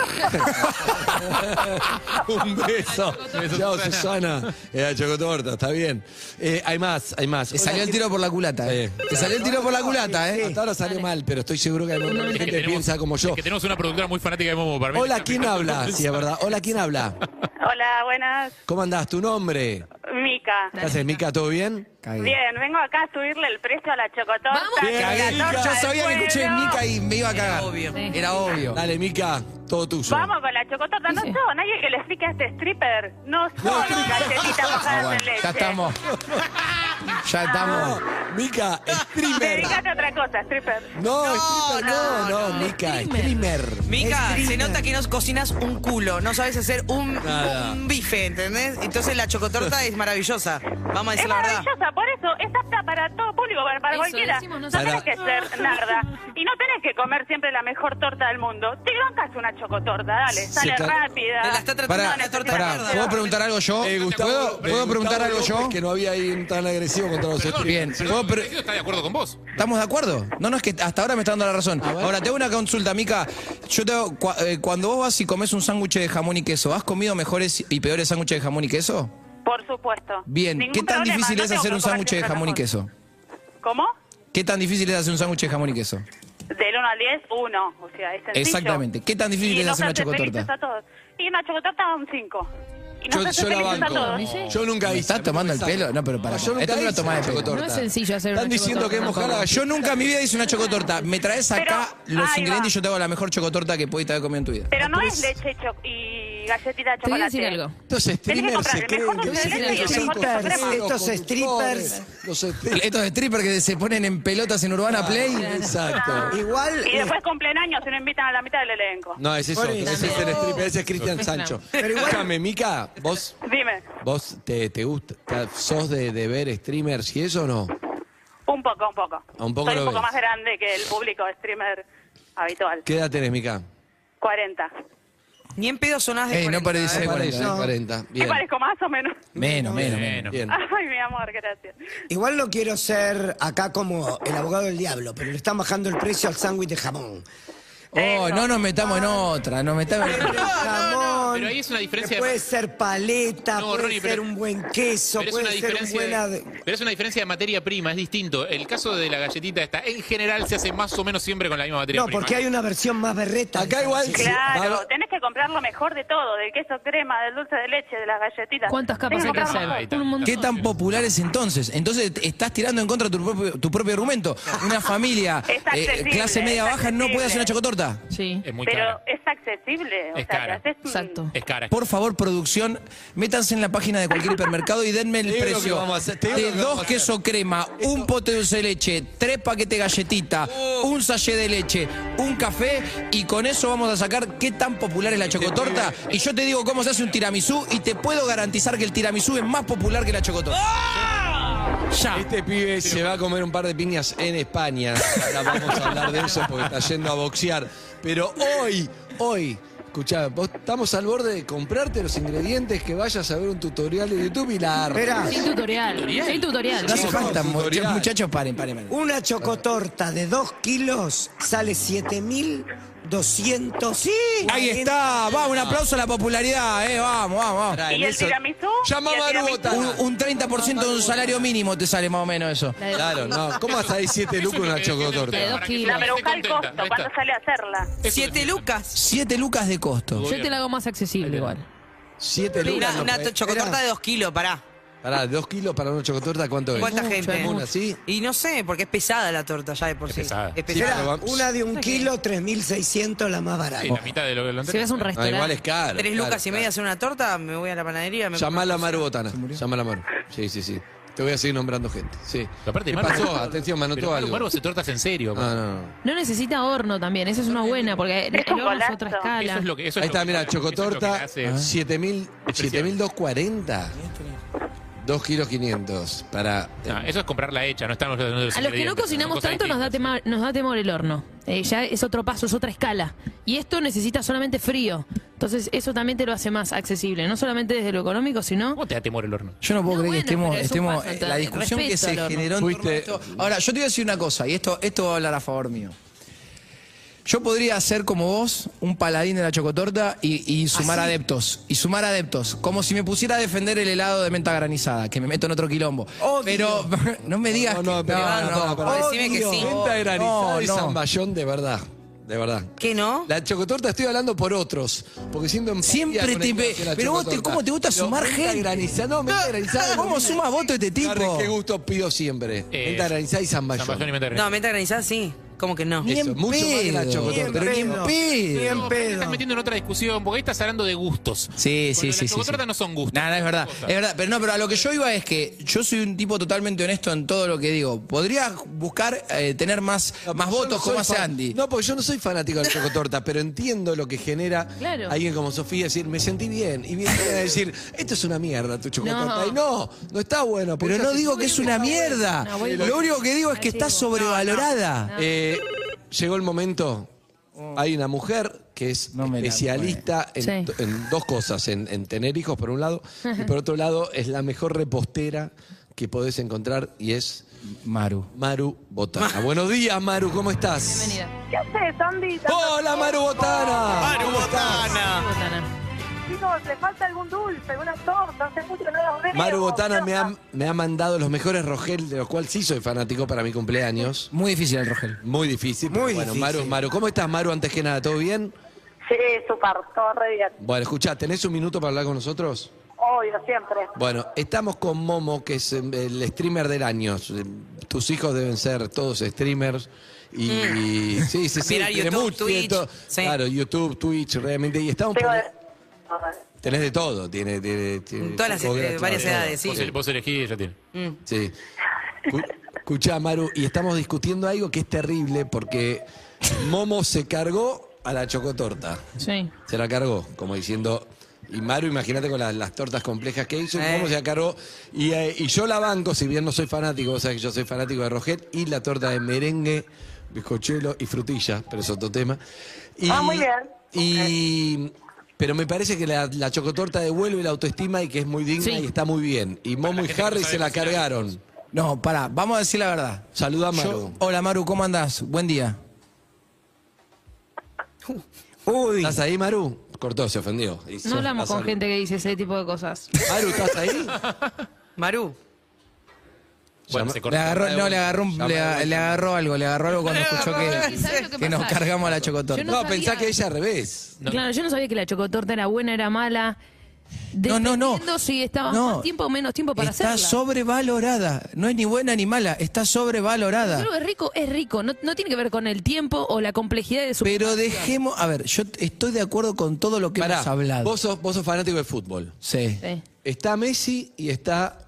[LAUGHS] Un beso. Beso, Chao, Susana. Susana. Era chocotorta, está bien. Eh, hay más, hay más. Te salió el tiro por la culata, eh. Sí. Te salió el tiro por la culata, eh. Hasta ahora salió mal, pero estoy seguro que hay mucha gente que piensa como yo. es que tenemos una productora muy fanática de Momo. Para mí Hola, [LAUGHS] ¿quién habla? Sí, es verdad. Hola, ¿quién habla? [LAUGHS] Hola, buenas. ¿Cómo andás? ¿Tu nombre? Mica. ¿Qué haces, Mica? ¿Todo bien? Bien, vengo acá a subirle el precio a la chocotorta. Vamos. que la Cagué. torta Yo del sabía que escuché pueblo. Mica y me iba a cagar. obvio. Era obvio. Dale, Mica, todo tuyo. Vamos con la chocotorta. No Sí. soy nadie que le explique a este stripper. No soy galletitas Ah, mojadas bueno, en leche. ya [LAUGHS] estamos. Ya estamos. Mica, streamer. Dedícate a otra cosa, stripper. No, stripper, no, no, Mica, streamer. Mica, se nota que no cocinas un culo, no sabes hacer un, Nada. un bife, ¿entendés? Entonces la chocotorta es maravillosa. Vamos a Es decir la verdad. maravillosa, por eso es apta para todo público, para, para Eso, cualquiera. decimos no nosotros. tenés que [LAUGHS] ser narda y no tenés que comer siempre la mejor torta del mundo. Te bancas una chocotorta, dale, sale ca- rápida. Me la está tratando Pará, de una torta pará, de mierda. ¿puedo preguntar algo yo? Eh, Gustavo- ¿Puedo, eh, puedo Gustavo preguntar algo yo? López, Que no había alguien tan agresivo contra los Perdón, streamers. Bien, bien. ¿puedo pre- está de acuerdo con vos. ¿Estamos de acuerdo? No, no, es que hasta ahora me está dando la razón. Ahora, te hago una consulta, Mica. Yo te hago, cua- eh, cuando vos vas y comes un sándwich de jamón y queso, ¿has comido mejores y peores sándwiches de jamón y queso? Por supuesto. Bien, Ningún ¿qué tan problema, difícil no es tengo hacer que un comer sándwich de siempre jamón y mejor. queso? ¿Cómo? ¿Qué tan difícil es hacer un sándwich de jamón y queso? Del 1 al 10, 1. O sea, es sencillo. Exactamente. ¿Qué tan difícil Y es nos hacer una hace chocotorta? felices a todos. Y una chocotorta un 5. Y nos Yo, hace yo la felices a todos. banco. Yo nunca ¿Me hice. estás tomando el pelo? No, pero para. No, yo nunca Esto no lo hice tomás de una pelo. chocotorta. No es sencillo hacer Están una diciendo que es chocotorta, mojada. Yo nunca en mi vida hice una chocotorta. Me traes acá Pero, los ahí ingredientes y va. yo te hago la mejor chocotorta que pudiste haber comido en tu vida. Pero no es Pues- leche y cho- y galletita de chocolate. Te voy a decir algo. Estos streamers se comprar el creen mejor que dulce se de creen leche y que el son mejor dulce de conductores, crema. Estos strippers. Los streamers. Estos strippers que se ponen en pelotas en Urbana Play. Exacto. Igual. Y eh, después cumplen años y no invitan a la mitad del elenco. No, ese es Por otro, eso. ese es el stripper, ese es Cristian Sancho. Escúchame, Mica, vos, Dime, vos te, te gusta, te- sos de, de ver streamers y eso o no? un poco, un poco. Ah, un poco Soy lo un poco ves. más grande que el público streamer habitual. ¿Qué edad tenés, Mica? 40. Ni en pedo sonás de Ey, no 40, parece ¿eh? Tenés 40, No. 40. ¿Qué Bien, parezco Ah, más o menos? Menos, menos, Bueno, menos. bien. [LAUGHS] Ay, mi amor, gracias. Igual no quiero ser acá como el abogado del diablo, pero le están bajando el precio al sándwich de jamón. Oh, no nos metamos en otra, nos metamos en otra. jamón. Pero ahí es una diferencia de- Puede ser paleta, No, puede Ronnie, ser pero- un buen queso, Pero es, una puede ser un diferencia buen. de, ade- pero es una diferencia de materia prima, es distinto. El caso de la galletita esta, en general se hace más o menos siempre con la misma materia No, prima. porque hay una versión más berreta. Acá igual- Claro, va- tenés que comprar lo mejor de todo, del queso crema, del dulce de leche, de las galletitas. ¿Cuántas capas Tenés hay que comprar lo Ahí hacer? está. Un montón. ¿Qué tan popular es entonces? Entonces te estás tirando en contra tu propio, tu propio argumento. Una familia eh, Es accesible, clase media es baja no puede hacer una chocotorta. Sí. Es muy mejor. Pero cara. eh, es accesible. O Es sea, cara. te haces un- Exacto. Es cara. Por favor, producción, métanse en la página de cualquier hipermercado y denme el Te digo lo que precio vamos a hacer, te digo lo de que vamos a dos hacer. queso crema, un pote de dulce de leche, tres paquetes de galletita, un sachet de leche, un café y con eso vamos a sacar qué tan popular es la chocotorta. Y yo te digo cómo se hace un tiramisú y te puedo garantizar que el tiramisú es más popular que la chocotorta. Ya. Este pibe se va a comer un par de piñas [LAUGHS] en España. Ahora vamos a hablar de eso porque está yendo a boxear. Pero hoy, hoy, Escuchá, vos estamos al borde de comprarte los ingredientes que vayas a ver un tutorial de YouTube y la armas. Esperá, Sin tutorial. Sin tutorial. No hace falta, mu- tutorial. muchachos, paren, paren, paren. una chocotorta de 2 kilos sale 7.200. Sí, Ahí está, va, un aplauso a la popularidad, eh, vamos, vamos, vamos. ¿Y el tiramisú? Llama ¿Y a el Maru tiramisú? Botana. Un, un 30% de un salario mínimo te sale más o menos eso. La de- Claro, no. ¿Cómo hasta ahí 7 lucas una chocotorta? ustedes. dos kilos. No, pero busca el costo, Ahí ¿cuánto está. sale hacerla? Siete lucas. Siete lucas de costo. Yo te la hago más accesible igual. 7 lucas. Una, no, una eh, chocotorta era- de dos kilos, pará. Pará, 2 kilos para una chocotorta, ¿cuánto es? ¿Cuánta gente? ¿Una, sí? Y no sé, porque es pesada la torta ya de por sí. pesada. Es Sí, pero pesada. vamos- Una de un kilo, 3.600 la más barata. Sí, la mitad de lo que lo Si ves un anterior. Ah, igual es restaurante. caro. Tres claro, lucas y media hacer una torta, me voy a la panadería. Me claro. Llamala a Maru Botana. Llamala a Maru. Sí, sí, sí. Te voy a seguir nombrando gente. Sí. Pero aparte, ¿Qué Maru- pasó? Atención, me anotó Pero Maru- algo. Ah. Maru se tortas en serio. No, no, no. No necesita horno también, esa es una buena, Eh, porque el Es un horno es otra golazo. escala. Eso es lo que, eso es Ahí lo está, que- mira, eso es lo que la chocotorta, hace- Ah. 7.000, 7.240. 2 kilos 500 para... No, eso es comprarla hecha, no estamos hablando de A los que no ingredientes, cocinamos son cosas tanto nos da, distintas. tema- nos da temor el horno. Eh, ya es otro paso, es otra escala. Y esto necesita solamente frío. Entonces eso también te lo hace más accesible, no solamente desde lo económico, sino... ¿Cómo te da temor el horno? Yo no puedo No, creer que bueno, pero estemos, es un estemos paso, eh, la entonces, discusión que respeto se al horno. generó en torno Fuiste- a esto. Ahora, yo te voy a decir una cosa, y esto, esto va a hablar a favor mío. Yo podría ser como vos, un paladín de la chocotorta y, y sumar adeptos. Y sumar adeptos. Como si me pusiera a defender el helado de menta granizada, que me meto en otro quilombo. Odio. Pero [LAUGHS] no me digas No, no, que. pero- no, no, pero decime que Odio. sí. Venta granizada no, y no. zamballón de verdad, de verdad. ¿Qué no? La chocotorta estoy hablando por otros, porque siendo empatía Siempre con el te que ve- hace la pero vos te- chocotorta. ¿cómo te gusta Pero sumar venta gente? Granizada, no, venta granizada. ¿Cómo suma voto este tipo? Carles, qué gusto pido siempre. Eh, venta granizada y zamballón. Zamballón y menta No, granizada. menta granizada sí. ¿Cómo que no? Eso, mucho más que la pedo. chocotorta. Pero ni en pedo. pedo. Ni en No, pero te pedo. estás metiendo en otra discusión, porque ahí estás hablando de Sí, gustos. Con sí, lo de sí, La sí, chocotorta sí. no son gustos. No, no, es verdad. Cosas. Es verdad. Pero no, pero a lo que yo iba es que yo soy un tipo totalmente honesto en todo lo que digo. Podría buscar eh, tener más, más Yo votos no soy como hace fan- Andy. No, porque yo no soy fanático del chocotorta, pero entiendo lo que genera Claro. alguien como Sofía decir, me sentí bien. Y viene alguien a decir, esto es una mierda tu chocotorta. No. Y no, no está bueno. porque pero ya no se- digo que es una mierda. No, voy- lo único que digo es que está sobrevalorada. Eh, llegó el momento. Hay una mujer que es No me la especialista en, Sí. to- en dos cosas, en, en tener hijos por un lado, y por otro lado es la mejor repostera que podés encontrar y es Maru. Maru Botana. [LAUGHS] Buenos días Maru, ¿cómo estás? Bienvenida. ¿Qué haces, Andy? Hola Maru Botana. ¿Cómo estás? Botana. Chicos, le falta algún dulce, una torta, hace mucho que no las veo. Maru Botana me ha, me ha mandado los mejores Rogel, de los cuales sí soy fanático para mi cumpleaños. Muy difícil el Rogel. Muy difícil, pero Muy bueno, difícil. Maru, es Maru, ¿cómo estás Maru? Antes que nada, ¿todo bien? Sí, super, todo re bien. Bueno, escuchá, ¿tenés un minuto para hablar con nosotros? Obvio, siempre. Bueno, estamos con Momo, que es eh, el streamer del año. Eh, Tus hijos deben ser todos streamers. Y, y- sí, sí, sí. Mirar tiene Mm. YouTube, mucho- tiene Twitch, todo- sí. Claro, YouTube, Twitch, realmente. Y estamos Tengo poni- de- Tenés de todo, tiene, tiene, tiene- Todas las, cogra- eh, varias claro, edades, sí. Vos, el- vos elegís y ya tiene. Sí. Cu- Escuchá, Maru, y estamos discutiendo algo que es terrible porque Momo se cargó a la chocotorta. Sí. Se la cargó, como diciendo. Y Maru, imagínate con las, las tortas complejas que hizo, Eh. cómo se la cargó. Y, eh, y yo la banco, si bien no soy fanático, o sea que yo soy fanático de Rogel, y la torta de merengue, bizcochuelo y frutilla, pero es otro tema. Y- Ah, muy bien. Y. Pero me parece que la, la chocotorta devuelve la autoestima y que es muy digna Sí. y está muy bien. Y Momo y gente que no Harry sabe se la cocinar. cargaron. No, pará, vamos a decir la verdad. Saluda a Maru. Yo- hola Maru, ¿cómo andás? Buen día. Uy, ¿Estás ahí, Maru? Cortó, se ofendió. Y se- No hablamos pasa con algo. gente que dice ese tipo de cosas. Maru, ¿estás ahí? Maru. Bueno, se Le corta. agarró, no, le agarró, un- le, a- le agarró algo, le agarró algo [LAUGHS] cuando escuchó algo. ¿Sabes lo que, que que nos pasa? cargamos a la Yo chocotorta. No, No pensá sabía. que ella al revés. No. Claro, yo no sabía que la chocotorta era buena, era mala. No, no, no. Dependiendo si estaba No. más tiempo o menos tiempo para está hacerla. sobrevalorada. No es ni buena ni mala, está sobrevalorada. Pero es rico, es rico. No, no tiene que ver con el tiempo o la complejidad de su... Pero dejemos, a ver, yo t- estoy de acuerdo con todo lo que Pará, hemos hablado. Vos sos, vos sos fanático de fútbol. Sí. Sí. Está Messi y está.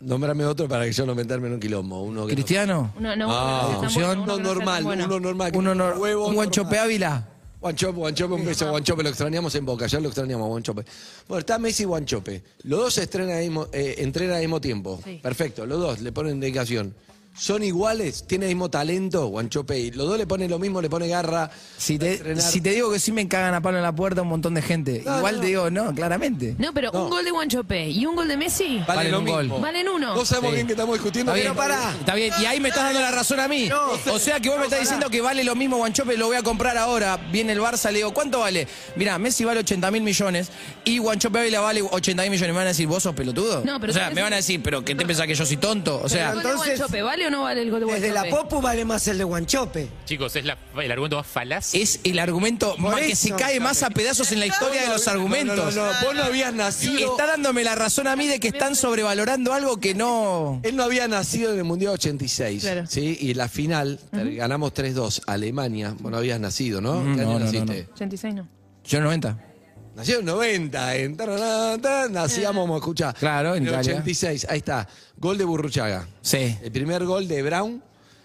Nombrame otro para que yo no meterme en un quilombo. Uno que no- Cristiano, No, no, Ah. uno que no sea tan bueno, uno uno que no sea tan normal, bueno. uno normal. que uno tiene no, huevos un guanchope normales. Ávila. Guanchope, Guanchope, un beso, Guanchope, lo extrañamos en Boca, ya lo extrañamos, Guanchope. Bueno, está Messi y Guanchope. Los dos estrenan al mismo- eh, entrenan al mismo tiempo. Sí. Perfecto, los dos le ponen dedicación. ¿Son iguales? ¿Tiene el mismo talento, Guanchope? Los dos le ponen lo mismo, le pone garra. Si va a te, entrenar. si te digo que sí me cagan a palo en la puerta un montón de gente. No, Igual no. te digo, no, claramente. No, pero un gol de Guanchope y un gol de Messi Vale, Valen lo un mismo. gol. valen uno. No sabemos Sí. bien que estamos discutiendo, pero pará. Está bien, y ahí me estás dando la razón a mí. o sea que vos me estás diciendo que vale lo mismo Guanchope, lo voy a comprar ahora. Viene el Barça, le digo, ¿cuánto vale? Mirá, Messi vale 80 mil millones y Guanchope Ávila vale 80 mil millones. Me van a decir, ¿vos sos pelotudo? No, pero o sea, tú- me van a decir, ¿pero qué te pensás que yo soy tonto? O sea, ¿El gol de entonces- Guanchope vale o no vale el gol de Guanchope? Desde la Popu vale más el de Guanchope. Chicos, es la- el argumento más falaz. es el argumento más que se eso, cae más a pedazos en la historia de los argumentos. No, no, no, vos no habías nacido. Está dándome la razón a mí de que están sobrevalorando algo que no. Él no había nacido en el Mundial 86. Claro. ¿sí? Y la final, ganamos 3-2, Alemania. Vos no habías nacido, ¿no? Mm, ¿Qué año no, no, naciste? 86 no. Yo 90. Nació en 90, en tararán, tarán, nacíamos, como escuchá. Claro, en el Italia. 86, ahí está. Gol de Burruchaga. Sí. El primer gol de Brown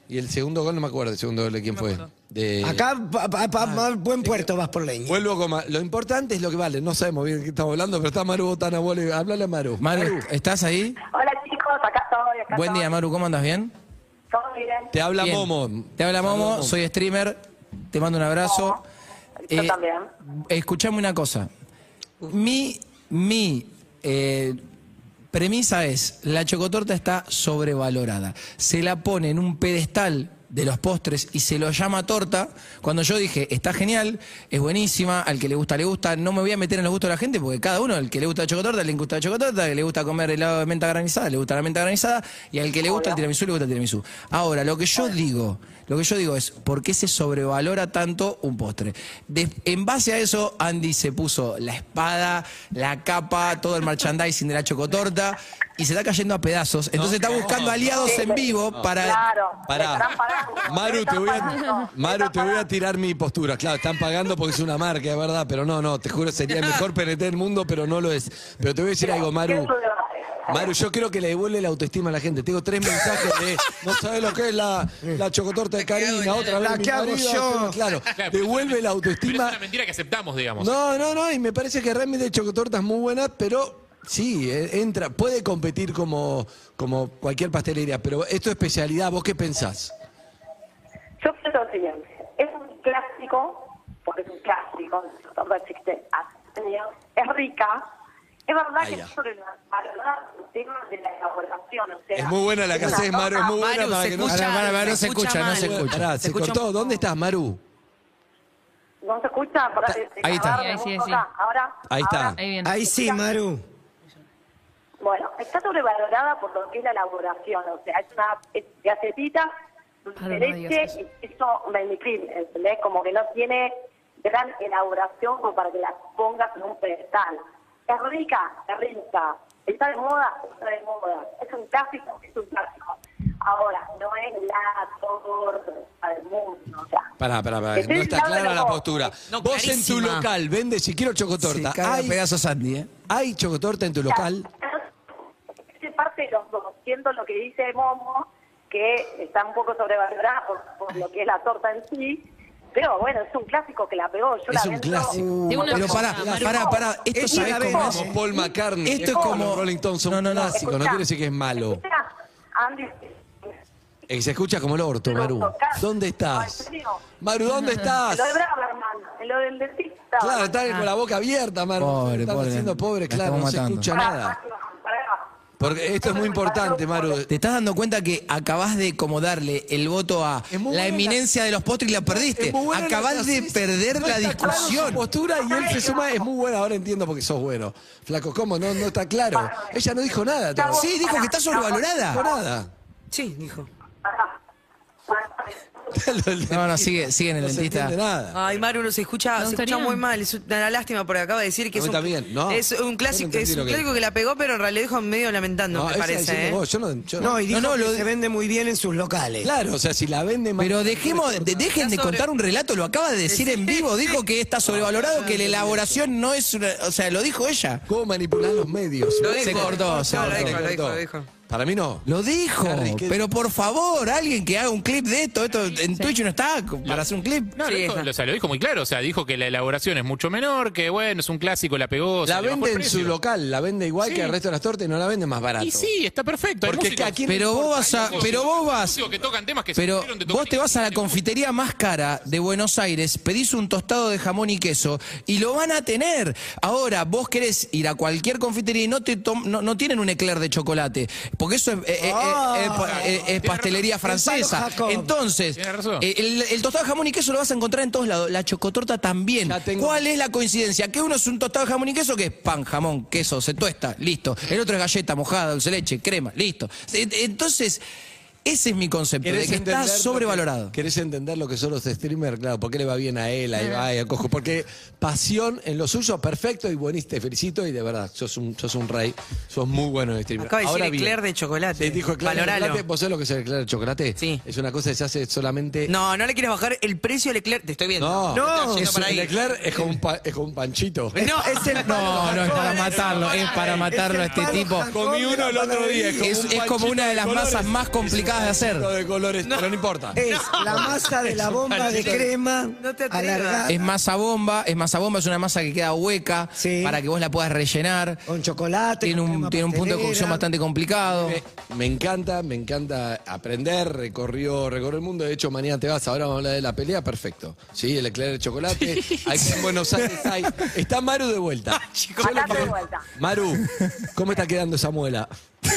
y el segundo gol, no me acuerdo el segundo gol de quién fue. De- Acá, pa- pa- Ah, pa- buen puerto vas por leña. Vuelvo con Ma- Lo importante es lo que vale. No sabemos bien de qué estamos hablando, pero está Maru Botana. Vuelve. Háblale a Maru. Maru, ¿estás ahí? Hola chicos, acá estoy, acá Buen día, estoy. Maru, ¿cómo andas? ¿Bien? Todo bien. Te habla Bien. Momo. Te habla Momo, soy streamer, te mando un abrazo. Yo también. Escuchame Eh, una cosa. Mi, mi eh, premisa es, la chocotorta está sobrevalorada. Se la pone en un pedestal de los postres y se lo llama torta, cuando yo dije, está genial, es buenísima, al que le gusta, le gusta, no me voy a meter en los gustos de la gente, porque cada uno, al que le gusta la chocotorta, le gusta la chocotorta, al que le gusta comer helado de menta granizada, le gusta la menta granizada, y al que le gusta el tiramisú, le gusta el tiramisú. Ahora, lo que yo digo, lo que yo digo es, ¿por qué se sobrevalora tanto un postre? De- en base a eso, Andy se puso la espada, la capa, todo el merchandising de la chocotorta, y se está cayendo a pedazos, entonces está buscando aliados en vivo para... Claro. Pará. Están pagando. Maru, te voy a, Están Maru, te voy a tirar mi postura. Claro, están pagando porque es una marca, es verdad, pero no, no, te juro, sería el [LAUGHS] mejor PNT del mundo, pero no lo es. Pero te voy a decir algo, Maru. Eso de- Maru, yo creo que le devuelve la autoestima a la gente. Tengo tres mensajes de no sabes lo que es la, la chocotorta de Karina, otra vez. la mi que hago marido, yo. Claro, Claro, pero devuelve la Pero es autoestima. una mentira que aceptamos, digamos. No, no, no, y me parece que realmente hay chocotortas muy buenas, pero sí, eh, entra, puede competir como, como cualquier pastelería, pero esto es especialidad, ¿vos qué pensás? Yo pienso lo siguiente, es un clásico, porque es un clásico, torta existe hace años, es rica, es verdad Ahí que ya. es sobrevalorada el tema de la elaboración, o sea, Es muy buena la que una haces, Maru, es torta muy buena Maru, para se que no escucha, Pará, pará, pará, no se escucha, no mal. se escucha. Pará, se, escucha cortó. un- ¿Dónde estás, Maru? ¿No se escucha? Pará, de- de ahí está. grabar, Ahí sí, ahí de- sí. Ahora, Ahí está. ahora, Ahí viene. Ahí sí, Maru. bueno, está sobrevalorada por lo que es la elaboración, o sea, es una es gacetita Ah, de no digas leche y queso vainipil, ¿entendés? Como que no tiene gran elaboración como para que la pongas en un pedestal. Es rica, es rica. Está de moda, está de moda. Es un clásico, es un clásico. Ahora, no es la torta del mundo, o sea. Pará, pará, pará, Estoy no está hablando clara de la vos. postura. No, Vos en tu clarísima. local vendes, si quiero chocotorta, Se caga a ¿hay, pedazos Andy, ¿eh? ¿hay chocotorta en tu local? Se parte de los dos, siendo lo que dice Momo, que está un poco sobrevalorada por, por lo que es la torta en sí, pero bueno, es un clásico que la pegó. Yo la Es un vendo- clásico. De una Uh, Pero cosa, pará, Maru. pará, pará. Esto Esta sabés la cómo vemos. es. Como Paul McCartney, Esto es es como- como Rolling Stones, No, un no, no. clásico, no Escuchá, quiere decir que es malo. escuchá, Andy, Eh, se escucha como el orto, Maru. ¿Dónde No, estás? en serio. Maru, ¿dónde estás? lo de Braverman, lo del dentista. Claro, está con la boca abierta, Maru. Pobre, Están pobre. haciendo La pobre, claro, no estamos se matando. Ah, escucha nada. Porque esto es muy importante, Maru. Te estás dando cuenta que acabás de como darle el voto a Es muy la buena. eminencia de los postres y la perdiste. Es muy buena Acabás lo que de haces. perder No la está claro su discusión. postura y él se suma, es muy buena, ahora entiendo porque sos bueno. Flaco, ¿cómo? No, no está claro. Ella no dijo nada. todavía. Sí, dijo que está No dijo sobrevalorada. nada. Sí, dijo. [LAUGHS] No, no, sigue, sigue en el No se dentista. entiende nada. Ay, Maru, no se escucha, Me se gustaría- escucha muy mal. Es una lástima porque acaba de decir que A es mí un, también, no. es Yo no un clásico, entendí es lo un que clásico que la pegó, pero en realidad dijo medio lamentando, me esa parece. diciendo ¿eh? vos, yo no, yo no- No, y dijo No, no, que lo- se vende muy bien en sus locales. Claro, o sea, si la vende más. Pero dejemos, de- dejen de Está sobre- contar un relato, lo acaba de decir en vivo, dijo que está sobrevalorado, que la elaboración no es una- o sea, lo dijo ella. ¿Cómo manipular los medios? Lo Se dijo. cortó, se No, lo cortó. dijo, lo dijo, lo dijo. Para mí no. Lo dijo. Harry, ¿qué- Pero por favor, alguien que haga un clip de esto. Esto en Twitch no está co- para hacer un clip. No, lo, dijo, o sea, lo dijo muy claro. O sea, dijo que la elaboración es mucho menor, que bueno, es un clásico, la pegó. La se le bajó vende el en su precio. local, la vende igual Sí. que el resto de las tortas y no la vende más barato. Y sí, está perfecto. hay Porque músicos- ¿a quién le Pero vos importa? vas a. Pero vos vas. músicos que tocan temas que se Pero hicieron de tu vos te música. vas a la confitería más cara de Buenos Aires, pedís un tostado de jamón y queso y lo van a tener. Ahora, vos querés ir a cualquier confitería y no, te tom- no, no tienen un eclair de chocolate, porque eso es, eh, eh, Ah. eh, eh, pa- eh, es pastelería francesa. Jacob. Entonces, Tiene razón. eh, el, el tostado de jamón y queso lo vas a encontrar en todos lados, la chocotorta también. Ya tengo- ¿Cuál es la coincidencia? Que uno es un tostado de jamón y queso que es pan, jamón, queso, se tuesta, listo. El otro es galleta mojada, dulce de leche, crema, listo. Eh, Entonces... Ese es mi concepto, de que está entender lo que- sobrevalorado. ¿Querés entender lo que son los streamers? Claro, ¿por qué le va bien a él, a Ibai, a Cojo? Porque pasión en lo suyo, perfecto y buenísimo. Te felicito y de verdad, sos un, sos un rey. Sos muy bueno en streamer. Acaba de Ahora decir bien, eclair de chocolate. Te dijo eclair de Valoralo. chocolate. ¿Vos sabés lo que es el eclair de chocolate? Sí. Es una cosa que se hace solamente... No, no le quieres bajar el precio al eclair. Te estoy viendo. No, Te estás yendo es- para el ahí. eclair es como un, pa- es como un panchito. No, Es el [LAUGHS] No, no, es para matarlo, es para matarlo a este tipo. Comí uno el otro día. Es como, Es, un es como panchito una de las colores. masas más complicadas de hacer. Todo de colores, pero no importa. Es la masa de la bomba de crema No te atrevas. alargada Es masa bomba, es masa bomba, es una masa que queda hueca Sí. para que vos la puedas rellenar. con chocolate. Tiene con un, crema tiene un punto de pastelera. cocción bastante complicado. Me, me encanta, me encanta aprender, recorrió, recorrió el mundo, de hecho mañana te vas, ahora vamos a hablar de la pelea, perfecto. Sí, el eclair de chocolate, aquí en Buenos Aires hay. Está Maru de vuelta. Yo le Andate de quiero- vuelta. Maru, ¿cómo está quedando esa muela? No,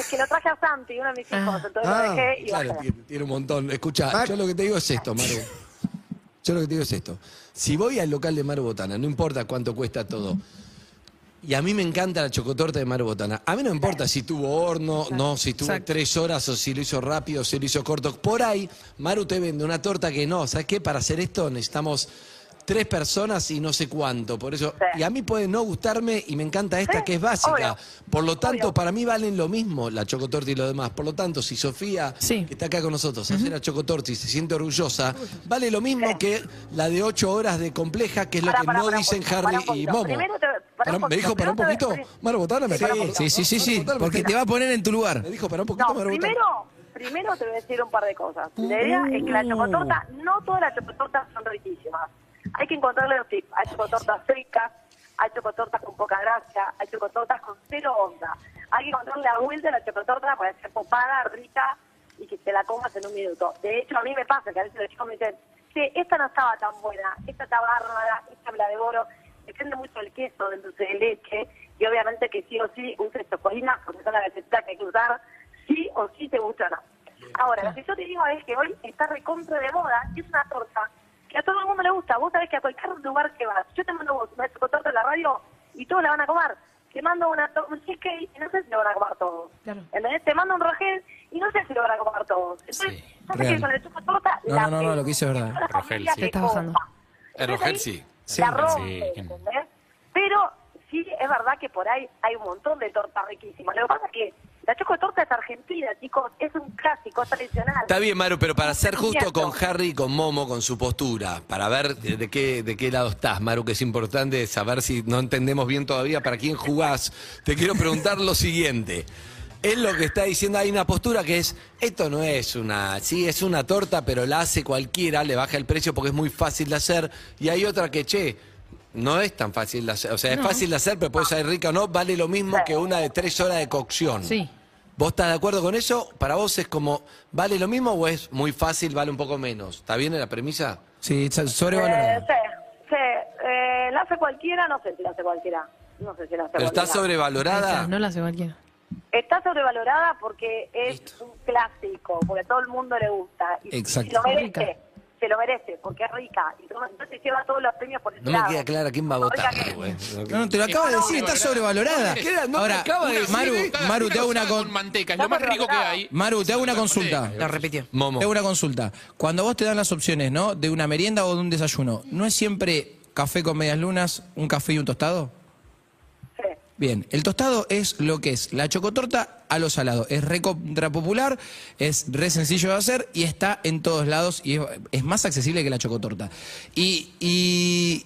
es que lo traje a Santi, uno de mis hijos, entonces Ah, lo dejé y Claro, bajé. tiene, tiene un montón. Escucha, Ah. yo lo que te digo es esto, Maru. Yo lo que te digo es esto. Si voy al local de Maru Botana, no importa cuánto cuesta todo. Y a mí me encanta la chocotorta de Maru Botana. A mí no me importa si tuvo horno, no, si tuvo tres horas o si lo hizo rápido, o si lo hizo corto. Por ahí, Maru te vende una torta que no. ¿Sabes qué? Para hacer esto necesitamos tres personas y no sé cuánto. Por eso. Sí. Y a mí puede no gustarme y me encanta esta Sí, que es básica. obvio. Por lo tanto, Obvio. para mí valen lo mismo la chocotorta y lo demás. Por lo tanto, si Sofía, Sí. que está acá con nosotros, hace la chocotorta y se siente orgullosa, vale lo mismo que la de ocho horas de compleja, que es lo Pará, que pará, no pará un dicen poquito, Harry pará un y poquito. Momo. Primero te- pará un Pará, me poquito, dijo para un primero te- poquito, Maro Botana, me para un poquito. Sí, sí, sí, sí, Maru Botana, me porque para- te va a poner en tu lugar. Me Uh, dijo para un poquito, No, Maru Botana. primero, primero te voy a decir un par de cosas. La idea es que la chocotorta, no todas las chocotortas son riquísimas. Hay que encontrarle los tips. Hay chocotortas secas, hay chocotortas con poca grasa, hay chocotortas con cero onda. Hay que encontrarle la vuelta a la chocotorta para que sea popada, rica y que te la comas en un minuto. De hecho, a mí me pasa que a veces los chicos me dicen, che, esta no estaba tan buena, esta está bárbara, esta me la devoro. Depende mucho del queso, del dulce de leche y obviamente que sí o sí uses chocolina porque son las recetas que hay que usar sí o sí te gusta o no. Ahora, lo que yo te digo es que hoy está recontra de moda y es una torta que a todo el mundo le gusta. Vos sabés que a cualquier lugar que vas, yo te mando vos una chocotorta en la radio y todos la van a comer. Te mando una to- un cheesecake y no sé si lo van a comer todos. Claro. ¿Entendés? Te mando un rogel y no sé si lo van a comer todos. Entonces, Sí, yo sé que real. con la chocotorta No, la no, no, no, pego. lo que hice es verdad. Toda la Rogel, familia sí. te Está bajando. copa. El Entonces, Rogel, ahí sí. La Sí, rompe, sí. ¿entendés? ¿eh? Pero sí es verdad que por ahí hay un montón de tortas riquísimas. Lo que pasa es que la chocotorta es argentina, chicos. Es un clásico, es tradicional. Eh, Está bien, Maru, pero para ser justo Cierto. con Harry y con Momo, con su postura, para ver de de qué, de qué lado estás, Maru, que es importante saber si no entendemos bien todavía para quién jugás, te quiero preguntar lo siguiente. Él lo que está diciendo, hay una postura que es, esto no es una, sí, es una torta, pero la hace cualquiera, le baja el precio porque es muy fácil de hacer, y hay otra que, che, no es tan fácil de hacer, o sea, es fácil de hacer, pero puede ser rica o no, vale lo mismo que una de tres horas de cocción. Sí. ¿Vos estás de acuerdo con eso? ¿Para vos es como, vale lo mismo o es muy fácil, vale un poco menos? ¿Está bien la premisa? Sí, está Eh, sobrevalorado. sí, sí. Eh, la hace cualquiera, no sé si la hace cualquiera. No sé si la hace ¿Pero está cualquiera. Ahí sobrevalorada? está, no la hace cualquiera. Está sobrevalorada porque es un clásico, porque a todo el mundo le gusta. Y Exacto. se lo merece, Rica. se lo merece, porque es rica. Y toma- Entonces lleva todos los premios por ese No me lado. queda clara quién va a votar. Oiga, que- güey. No, no, te lo acabo de decir, está sobrevalorada. queda- no me Ahora, acaba de decir, Maru, eh. Maru, te hago una con con... manteca, es lo más rico que hay. Maru, te hago una consulta. Lo repitió. Momo. Tengo una consulta. Cuando vos te dan las opciones, ¿no? De una merienda o de un desayuno, ¿no es siempre café con medias lunas, un café y un tostado? Sí. Bien, el tostado es lo que es, la chocotorta a lo salado. Es re contra popular, es re sencillo de hacer y está en todos lados y es, es más accesible que la chocotorta. Y, y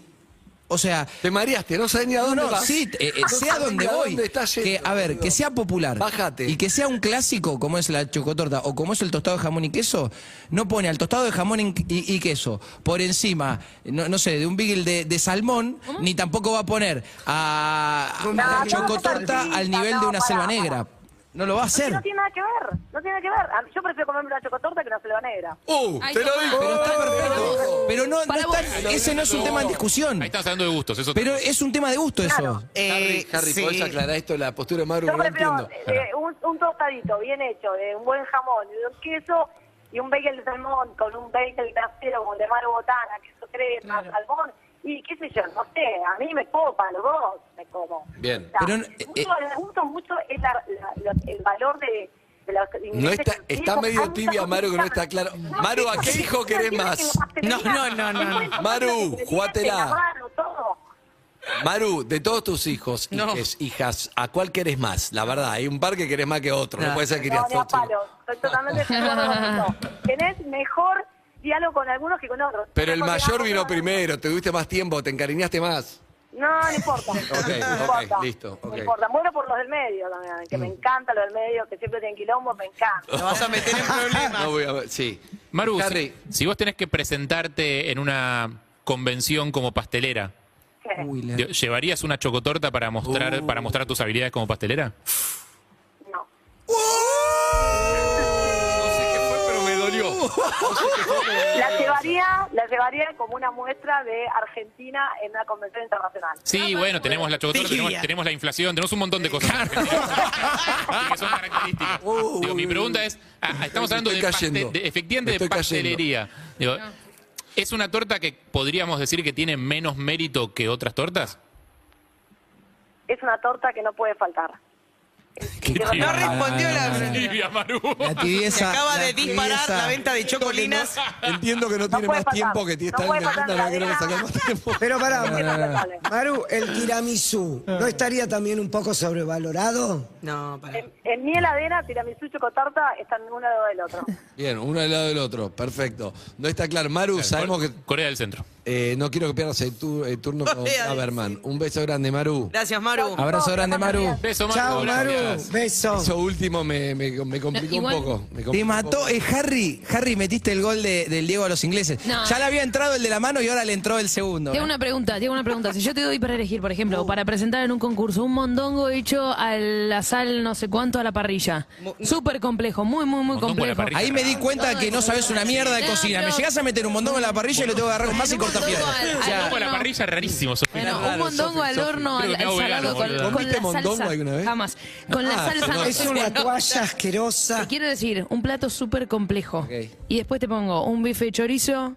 O sea, Te mareaste, no sabes ni a no, dónde no, vas. sí, eh, eh, No sea sabés donde ni a voy. dónde estás que, yendo, a ver, boludo. que sea popular. Bájate. Y que sea un clásico como es la chocotorta o como es el tostado de jamón y queso, no pone al tostado de jamón en- y, y queso por encima, no, no sé, de un bigel de, de salmón, ni tampoco va a poner a, a- No, a la no, chocotorta no, al nivel de no, una pará, selva pará. negra. No lo va a hacer. No tiene nada que ver, no tiene nada que ver. A- Yo prefiero comerme una chocotorta que una selva negra. ¡Uh! Ay, ¡Te lo no. dije! Pero está perfecto. Pero no, no Para vos. está- ese no es un tema en discusión. Ahí estamos hablando de gustos, eso Pero es un tema de gusto eso. Claro. Harry, Harry Eh, sí. ¿podés aclarar esto? La postura de Maru Yo no prefiero entiendo. eh, un, un tostadito bien hecho, de un buen jamón, de un queso y un bagel de salmón con un bagel casero con de mar botana, queso crema, salmón y qué sé yo, no sé, a mí me copa, los dos me como. Bien. O sea, Pero, mucho, eh, me gusta mucho es la- la- la- el valor de... de los No ingredientes está, que está utilizan. medio Hay tibia, muchas Maru, que no cositas. está claro. No, Maru, ¿a eso qué sí, hijo no querés tiene que más? bajar, No, tenía- no, no, no, tenía no. Maru, que meterse jugátela. en la mano, todo. Maru, de todos tus hijos, No. hijes, hijas, ¿a cuál querés más? La verdad, hay un par que querés más que otro. No, No. puede ser que No, digas ni a todos. palos. Estoy totalmente de acuerdo con eso. Tenés mejor diálogo con algunos que con otros. Pero el Porque mayor vamos, vino no, primero, tuviste más tiempo, te encariñaste más. No, no importa. ok, no importa. listo, No ok. Mm. importa. Bueno, por los del medio también, que me encanta los del medio, que siempre tienen quilombo, me encanta. Te vas a meter en [LAUGHS] No problemas. voy a ver, sí. Maru, Harry, si, si vos tenés que presentarte en una convención como pastelera, Uy, la- ¿lle- ¿llevarías una chocotorta para mostrar, Uh. para mostrar tus habilidades como pastelera? No. no sé qué fue, pero me dolió. La llevaría, la llevaría como una muestra de Argentina en una convención internacional. Ah, Sí, Ah, bueno, tenemos la chocotorta, tenemos, tenemos la inflación, tenemos un montón de cosas. [LAUGHS] que son características. Uh. Digo, mi pregunta es, ah, ah, estamos Me hablando de, estoy paste- cayendo. de- Me efectivamente de estoy cayendo. pastelería. Digo, ¿Es una torta que podríamos decir que tiene menos mérito que otras tortas? Es una torta que no puede faltar. No respondió la. Tibia, Maru. La Se tibieza. acaba la de disparar tibieza. la venta de chocolinas. [LAUGHS] Entiendo que no, tiene puede más pasar. tiempo, que tiene No puede está en pasar, la agenda, no queremos Karina. sacar [LAUGHS] más tiempo. Pero Es pará, infaltable. Maru, el tiramisú, ¿no estaría también un poco sobrevalorado? No, para. En, en mi heladera, tiramisú y chocotorta están uno al lado del otro. [LAUGHS] Bien, uno al lado del otro, perfecto. No está claro. Maru, sabemos que Corea del Centro. eh, no quiero que pierdas el, tu- el turno con Voy a Aberman. Un beso grande, Maru. Gracias, Maru. Abrazo grande, Maru. Beso, Maru. Chao, Maru. Gracias. Beso. Eso último me, me- me complicó Igual- un poco. me complicó Te un mató, poco. eh, Harry, Harry, metiste el gol de- del Diego a los ingleses. No. Ya le había entrado el de la mano y ahora le entró el segundo. Tengo una pregunta, tengo una pregunta. Si yo te doy para elegir, por ejemplo, o para presentar en un concurso un mondongo hecho a la sal no sé cuánto a la parrilla. Súper complejo, muy, muy, muy Mondongo a la complejo. parrilla. Ahí me di cuenta que no sabes una mierda de No, cocina. Me pero- llegás a meter un montón en la parrilla y lo tengo que agarrar con más y Un cortar mondongo piedra. al- O al sea, Mondongo a la horno. parrilla es rarísimo, Sofía. Bueno, un mondongo al horno, Creo al, que me al hago salado, vegano, con, boludo. con ¿Comiste la mondongo salsa. alguna vez? Jamás. Con la Ah, salsa. no, no Es sé una cuánto. toalla Te asquerosa. quiero decir, un plato súper complejo. Ok. Y después te pongo un bife de chorizo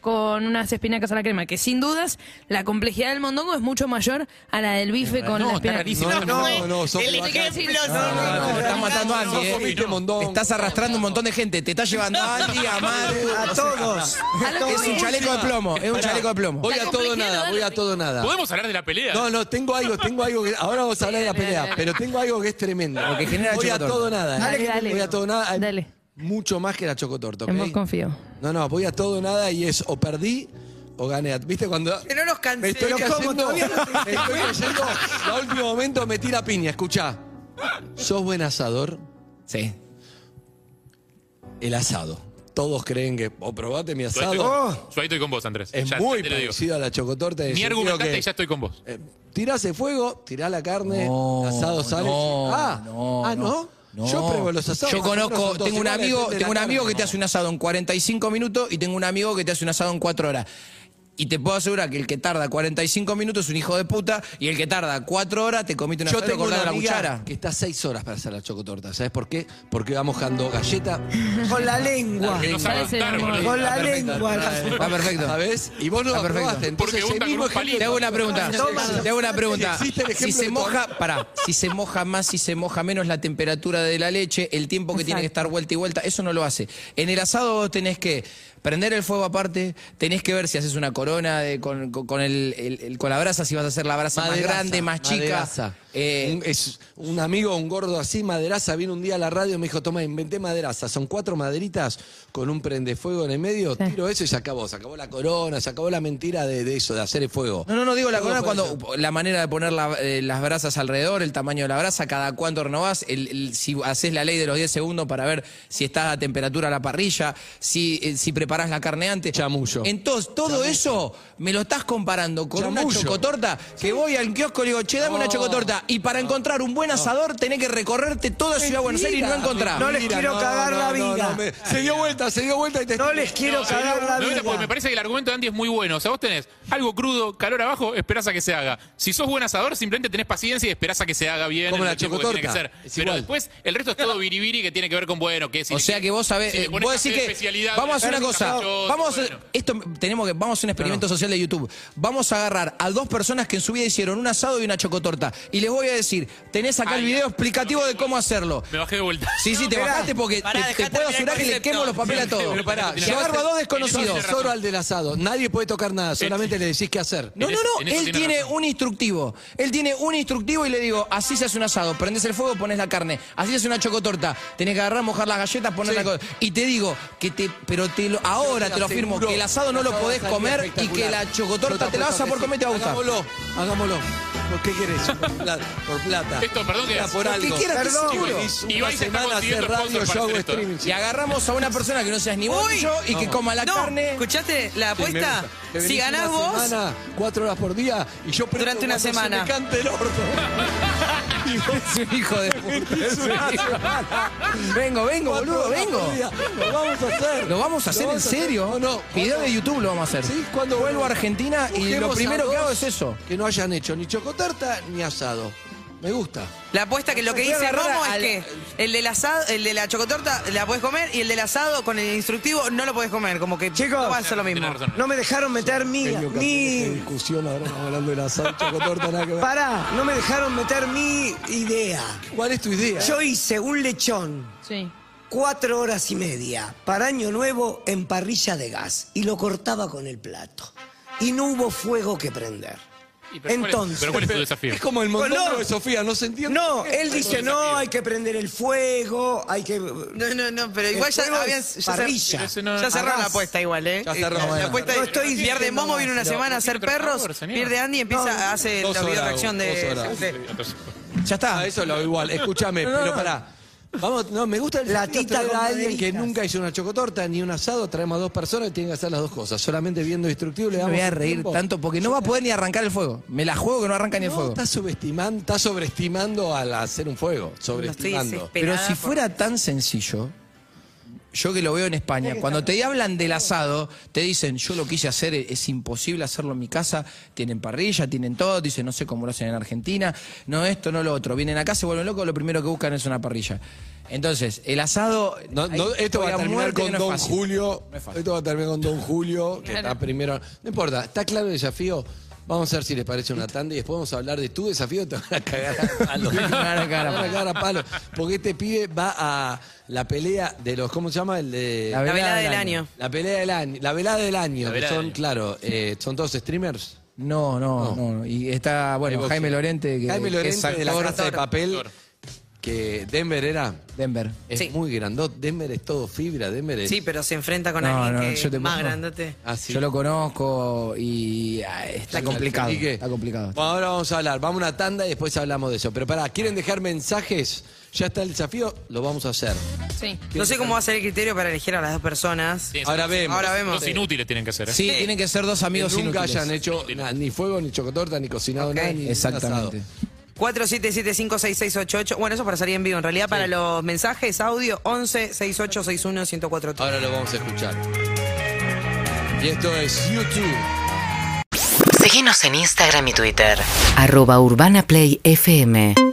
con unas espinacas a la crema, que sin dudas la complejidad del mondongo es mucho mayor a la del bife con No, la está espinaca. rarísimo. No, no, no, Sofi, El bajá. ejemplo No, no, no, no, no. estás matando a No Andy. eh. comiste mondongo. Estás arrastrando un montón de gente. Te [LAUGHS] estás llevando a Andy, a Maru, A todos. A lo que Es voy un es- chaleco de plomo. Es un chaleco de plomo. Voy La a todo complejidad lo nada, da voy la a todo nada. ¿Podemos hablar de la pelea? No, no, tengo algo, tengo algo que. Ahora vamos a hablar de la Dale, dale, pelea, dale. pero tengo algo que es tremendo. Lo que genera voy a chocotorta. todo nada. ¿eh? Dale, dale. Voy a todo nada. Hay Dale. Mucho más que la chocotorta, ¿ok? En vos confío. No, no, voy a todo nada y es o perdí o gané. ¿Viste cuando.? Que no nos Me estoy cansemos. cayendo. [LAUGHS] Me estoy cayendo. A último momento me tira piña. Escuchá. ¿Sos buen asador? Sí. El asado. Todos creen que. O probate mi Yo ahí, estoy asado. con, yo ahí estoy con vos, Andrés. Es Ya muy te lo digo. parecido a la chocotorta. en el Ni sentido argumentaste que, y ya estoy con vos. eh, tirás el fuego, tirás la carne, asado sale. no, ah, no, ah, no. no. Yo pruebo los asados. Yo conozco, Son todos tengo un iguales, amigo, depende de tengo un la amigo carne. que te hace un asado en 45 minutos y tengo un amigo que te hace un asado en 4 horas. Y te puedo asegurar que el que tarda 45 minutos es un hijo de puta y el que tarda 4 horas te comiste un Yo asado tengo una cortado a la amiga cuchara. que está seis horas para hacer la chocotorta. ¿Sabes por qué? Porque va mojando [LAUGHS] galleta. Con la lengua. Que no sabe Parece contar, el amor. boludo. Con la lengua. Está perfecto. ¿Sabes? Y vos no lo Está perfecto. probaste. Entonces, Porque ese unta mismo con un palito. ejemplo- Te hago una pregunta. Toma. Te hago una pregunta. Si existe el Si ejemplo se de moja, para, si se moja más, si se moja menos la temperatura de la leche, el tiempo que tiene que estar vuelta y vuelta, eso no lo hace. En el asado vos tenés que prender el fuego aparte, tenés que ver si haces una corona de- con, con- con el- el- el- con la brasa, si vas a hacer la brasa más Madegraza, grande, más madegraza. chica. Eh, un, es un amigo, un gordo así, maderaza, vino un día a la radio y me dijo, toma, inventé maderaza. Son cuatro maderitas con un prendefuego en el medio, tiro eso y se acabó. Se acabó la corona, se acabó la mentira de, de eso, de hacer el fuego. No, no, no digo la Fuego corona por cuando la manera de poner la- eh, las brasas alrededor, el tamaño de la brasa, cada cuánto renovás, el- el- si haces la ley de los 10 segundos para ver si está a temperatura a la parrilla, si, eh, si preparás la carne antes. Chamullo. Entonces, todo eso me lo estás comparando con una Chamullo. chocotorta que voy al kiosco y digo, che, dame una chocotorta. Y para encontrar un buen asador tenés que recorrerte toda Ciudad de Buenos Aires y no encontrás. No les quiero cagar la vida. se dio vuelta, se dio vuelta y te... No les quiero cagar la No, vida. no, porque me parece que el argumento de Andy es muy bueno. O sea, vos tenés algo crudo, calor abajo, esperás a que se haga. Si sos buen asador, simplemente tenés paciencia y esperás a que se haga bien. Como en la el tiempo que chocotorta. tiene que ser. Es Pero igual. después, el resto es todo biribiri que tiene que ver con bueno, que si O le- sea que vos sabés, si le eh, ponés vos café decís de que especialidad, vamos a hacer una le pones cosa, cachote, vamos a, bueno. esto tenemos que vamos a hacer un experimento social de YouTube. Vamos a agarrar a dos personas que en su vida hicieron un asado y una chocotorta y les voy a decir, tenés acá el Ay, video no. explicativo de cómo hacerlo. Me bajé de vuelta. Sí, sí, te bajaste porque Pará, te- te, dejá puedo terminar el asegurar que le concepto. quemo los papeles a todos. Pero pará, Yo agarro a dos desconocidos. Tiene razón. Solo al del asado. Nadie puede tocar nada, solamente Este. le decís qué hacer. No, En no, eso- no, en eso él tiene tiene razón. un instructivo. Él tiene un instructivo y le digo, así se hace un asado, prendés el fuego, pones la carne, así se hace una chocotorta, tenés que agarrar, mojar las galletas, poner la co- Y te digo, que te, pero te lo- ahora Yo te lo afirmo, aseguro, que el asado no lo asado podés va a salir comer y que espectacular. la Yo chocotorta te la vas a apuesto por que comer y te va a gustar. Hagámoslo, hagámoslo. ¿Por qué querés? Por plata. Por plata. Esto, perdón, que Era es- por Lo que algo. quiera, te perdón. seguro. Una Ibai se está semana hacer consiguiendo radio, sponsors para yo hago hacer esto. streaming. Y agarramos a una persona que no seas ni vos ni yo y que coma la no, carne. ¿Escuchaste la Sí, me apuesta? gusta. Te venís Si ganás una vos, semana, cuatro horas por día y yo prendo Durante una cuando se semana. me cante el orto. Y vos- [LAUGHS] Es un hijo de puta. es un [LAUGHS] hijo. vengo, vengo, Cuatro boludo, horas vengo. por día. Lo vamos a hacer. Lo vamos a hacer en serio. No, no. Video de YouTube lo vamos a hacer. Sí, cuando vuelvo a Argentina y lo Busquemos primero a que hago dos es eso. Que no hayan hecho ni chocotarta ni asado. Me gusta. la apuesta que lo que Voy a dice agarrar Romo es al- que el del asado, el de la chocotorta la puedes comer y el del asado con el instructivo no lo puedes comer, como que Chicos, no va a ser lo Tiene mismo. razón. No me dejaron meter mi. Genio, mi- qué discusión ahora estamos hablando del asado, chocotorta, nada que ver. Pará, no me dejaron meter mi idea. ¿Cuál es tu idea? Yo hice un lechón. Sí. Cuatro horas y media para Año Nuevo en parrilla de gas y lo cortaba con el plato. Y no hubo fuego que prender. Y pero ¿cuál es- Entonces- pero ¿cuál es tu desafío? es como el mondongo Bueno, no. de Sofía, no se entiende. No, él dice, no, desafío. hay que prender el fuego, hay que... No No, no, no, pero igual El ya, juego habían, es ya, cer- parrilla. ya Ese no- cerraron Arras. la apuesta igual, ¿eh? Ya cerró, Eh, bueno. La apuesta No es- estoy pierde diciendo Momo, viene una más, pero semana a tiene hacer otro favor, perros, señor. pierde Andy y empieza a hacer Dos los videos de horas, reacción dos horas. de... Entonces, Ya está. A eso lo hago igual, escúchame, pero pará. Vamos, no, me gusta el La desafío tita traer a con alguien que maderitas. nunca hizo una chocotorta ni un asado, traemos a dos personas y tienen que hacer las dos cosas. Solamente viendo instructivo le Me damos. voy a un reír tiempo. tanto porque no va a poder ni arrancar el fuego. Me la juego que no arranca ni el No, fuego. Está subestimando, está sobreestimando al hacer un fuego. Sobreestimando. desesperando. Pero Penada si por- fuera tan sencillo, yo que lo veo en España, cuando te hablan del asado, te dicen, yo lo quise hacer, es es imposible hacerlo en mi casa, tienen parrilla, tienen todo, te dicen, no sé cómo lo hacen en Argentina, no esto, no lo otro. Vienen acá, se vuelven locos, lo primero que buscan es una parrilla. Entonces, el asado... No, ahí no, esto va voy a terminar muerte que con no es Don fácil. Julio. esto va a terminar con Don Julio, que está primero. No importa, está claro el desafío. Vamos a ver si les parece una tanda y después vamos a hablar de tu desafío. [LAUGHS] Te van a cagar a [LAUGHS] palo. Te van a cagar a Te van a cagar a palo. Porque este pibe va a la pelea de los. ¿Cómo se llama? El de. La La velada velada del del año. año. La pelea del año. La velada del año. La que velada son, del año. claro, eh, son todos streamers. No, no, no, Y está, bueno, Hay Jaime boxeo. Lorente, que, Jaime que Lorente es de la actor, Casa de Papel. Actor. Que Denver era. Denver. Es Sí. muy grandot. Denver es todo fibra. Denver es. Sí, pero se enfrenta con No, alguien no, que yo te más pongo- grandote. así. Yo lo conozco y ah, está complicado, Así que- está complicado. Bueno, ahora vamos a hablar. Vamos a una tanda y después hablamos de eso. Pero pará, ¿quieren dejar mensajes? Ya está el desafío, lo vamos a hacer. Sí. No sé cómo va a ser el criterio para elegir a las dos personas. tiene- Ahora vemos. Ahora vemos. Dos inútiles tienen que ser. ¿eh? Sí, tienen que ser dos Amigos, amigos nunca inútiles. hayan hecho na- ni fuego, ni chocotorta, ni cocinado Ok. nada, ni Exactamente. asado. 47756688. Bueno, eso para salir en vivo. En realidad, para los mensajes, audio 11 68 61 1043. Ahora lo vamos a escuchar. Y esto es YouTube. Síguenos en Instagram y Twitter. arroba urbanaplayfm.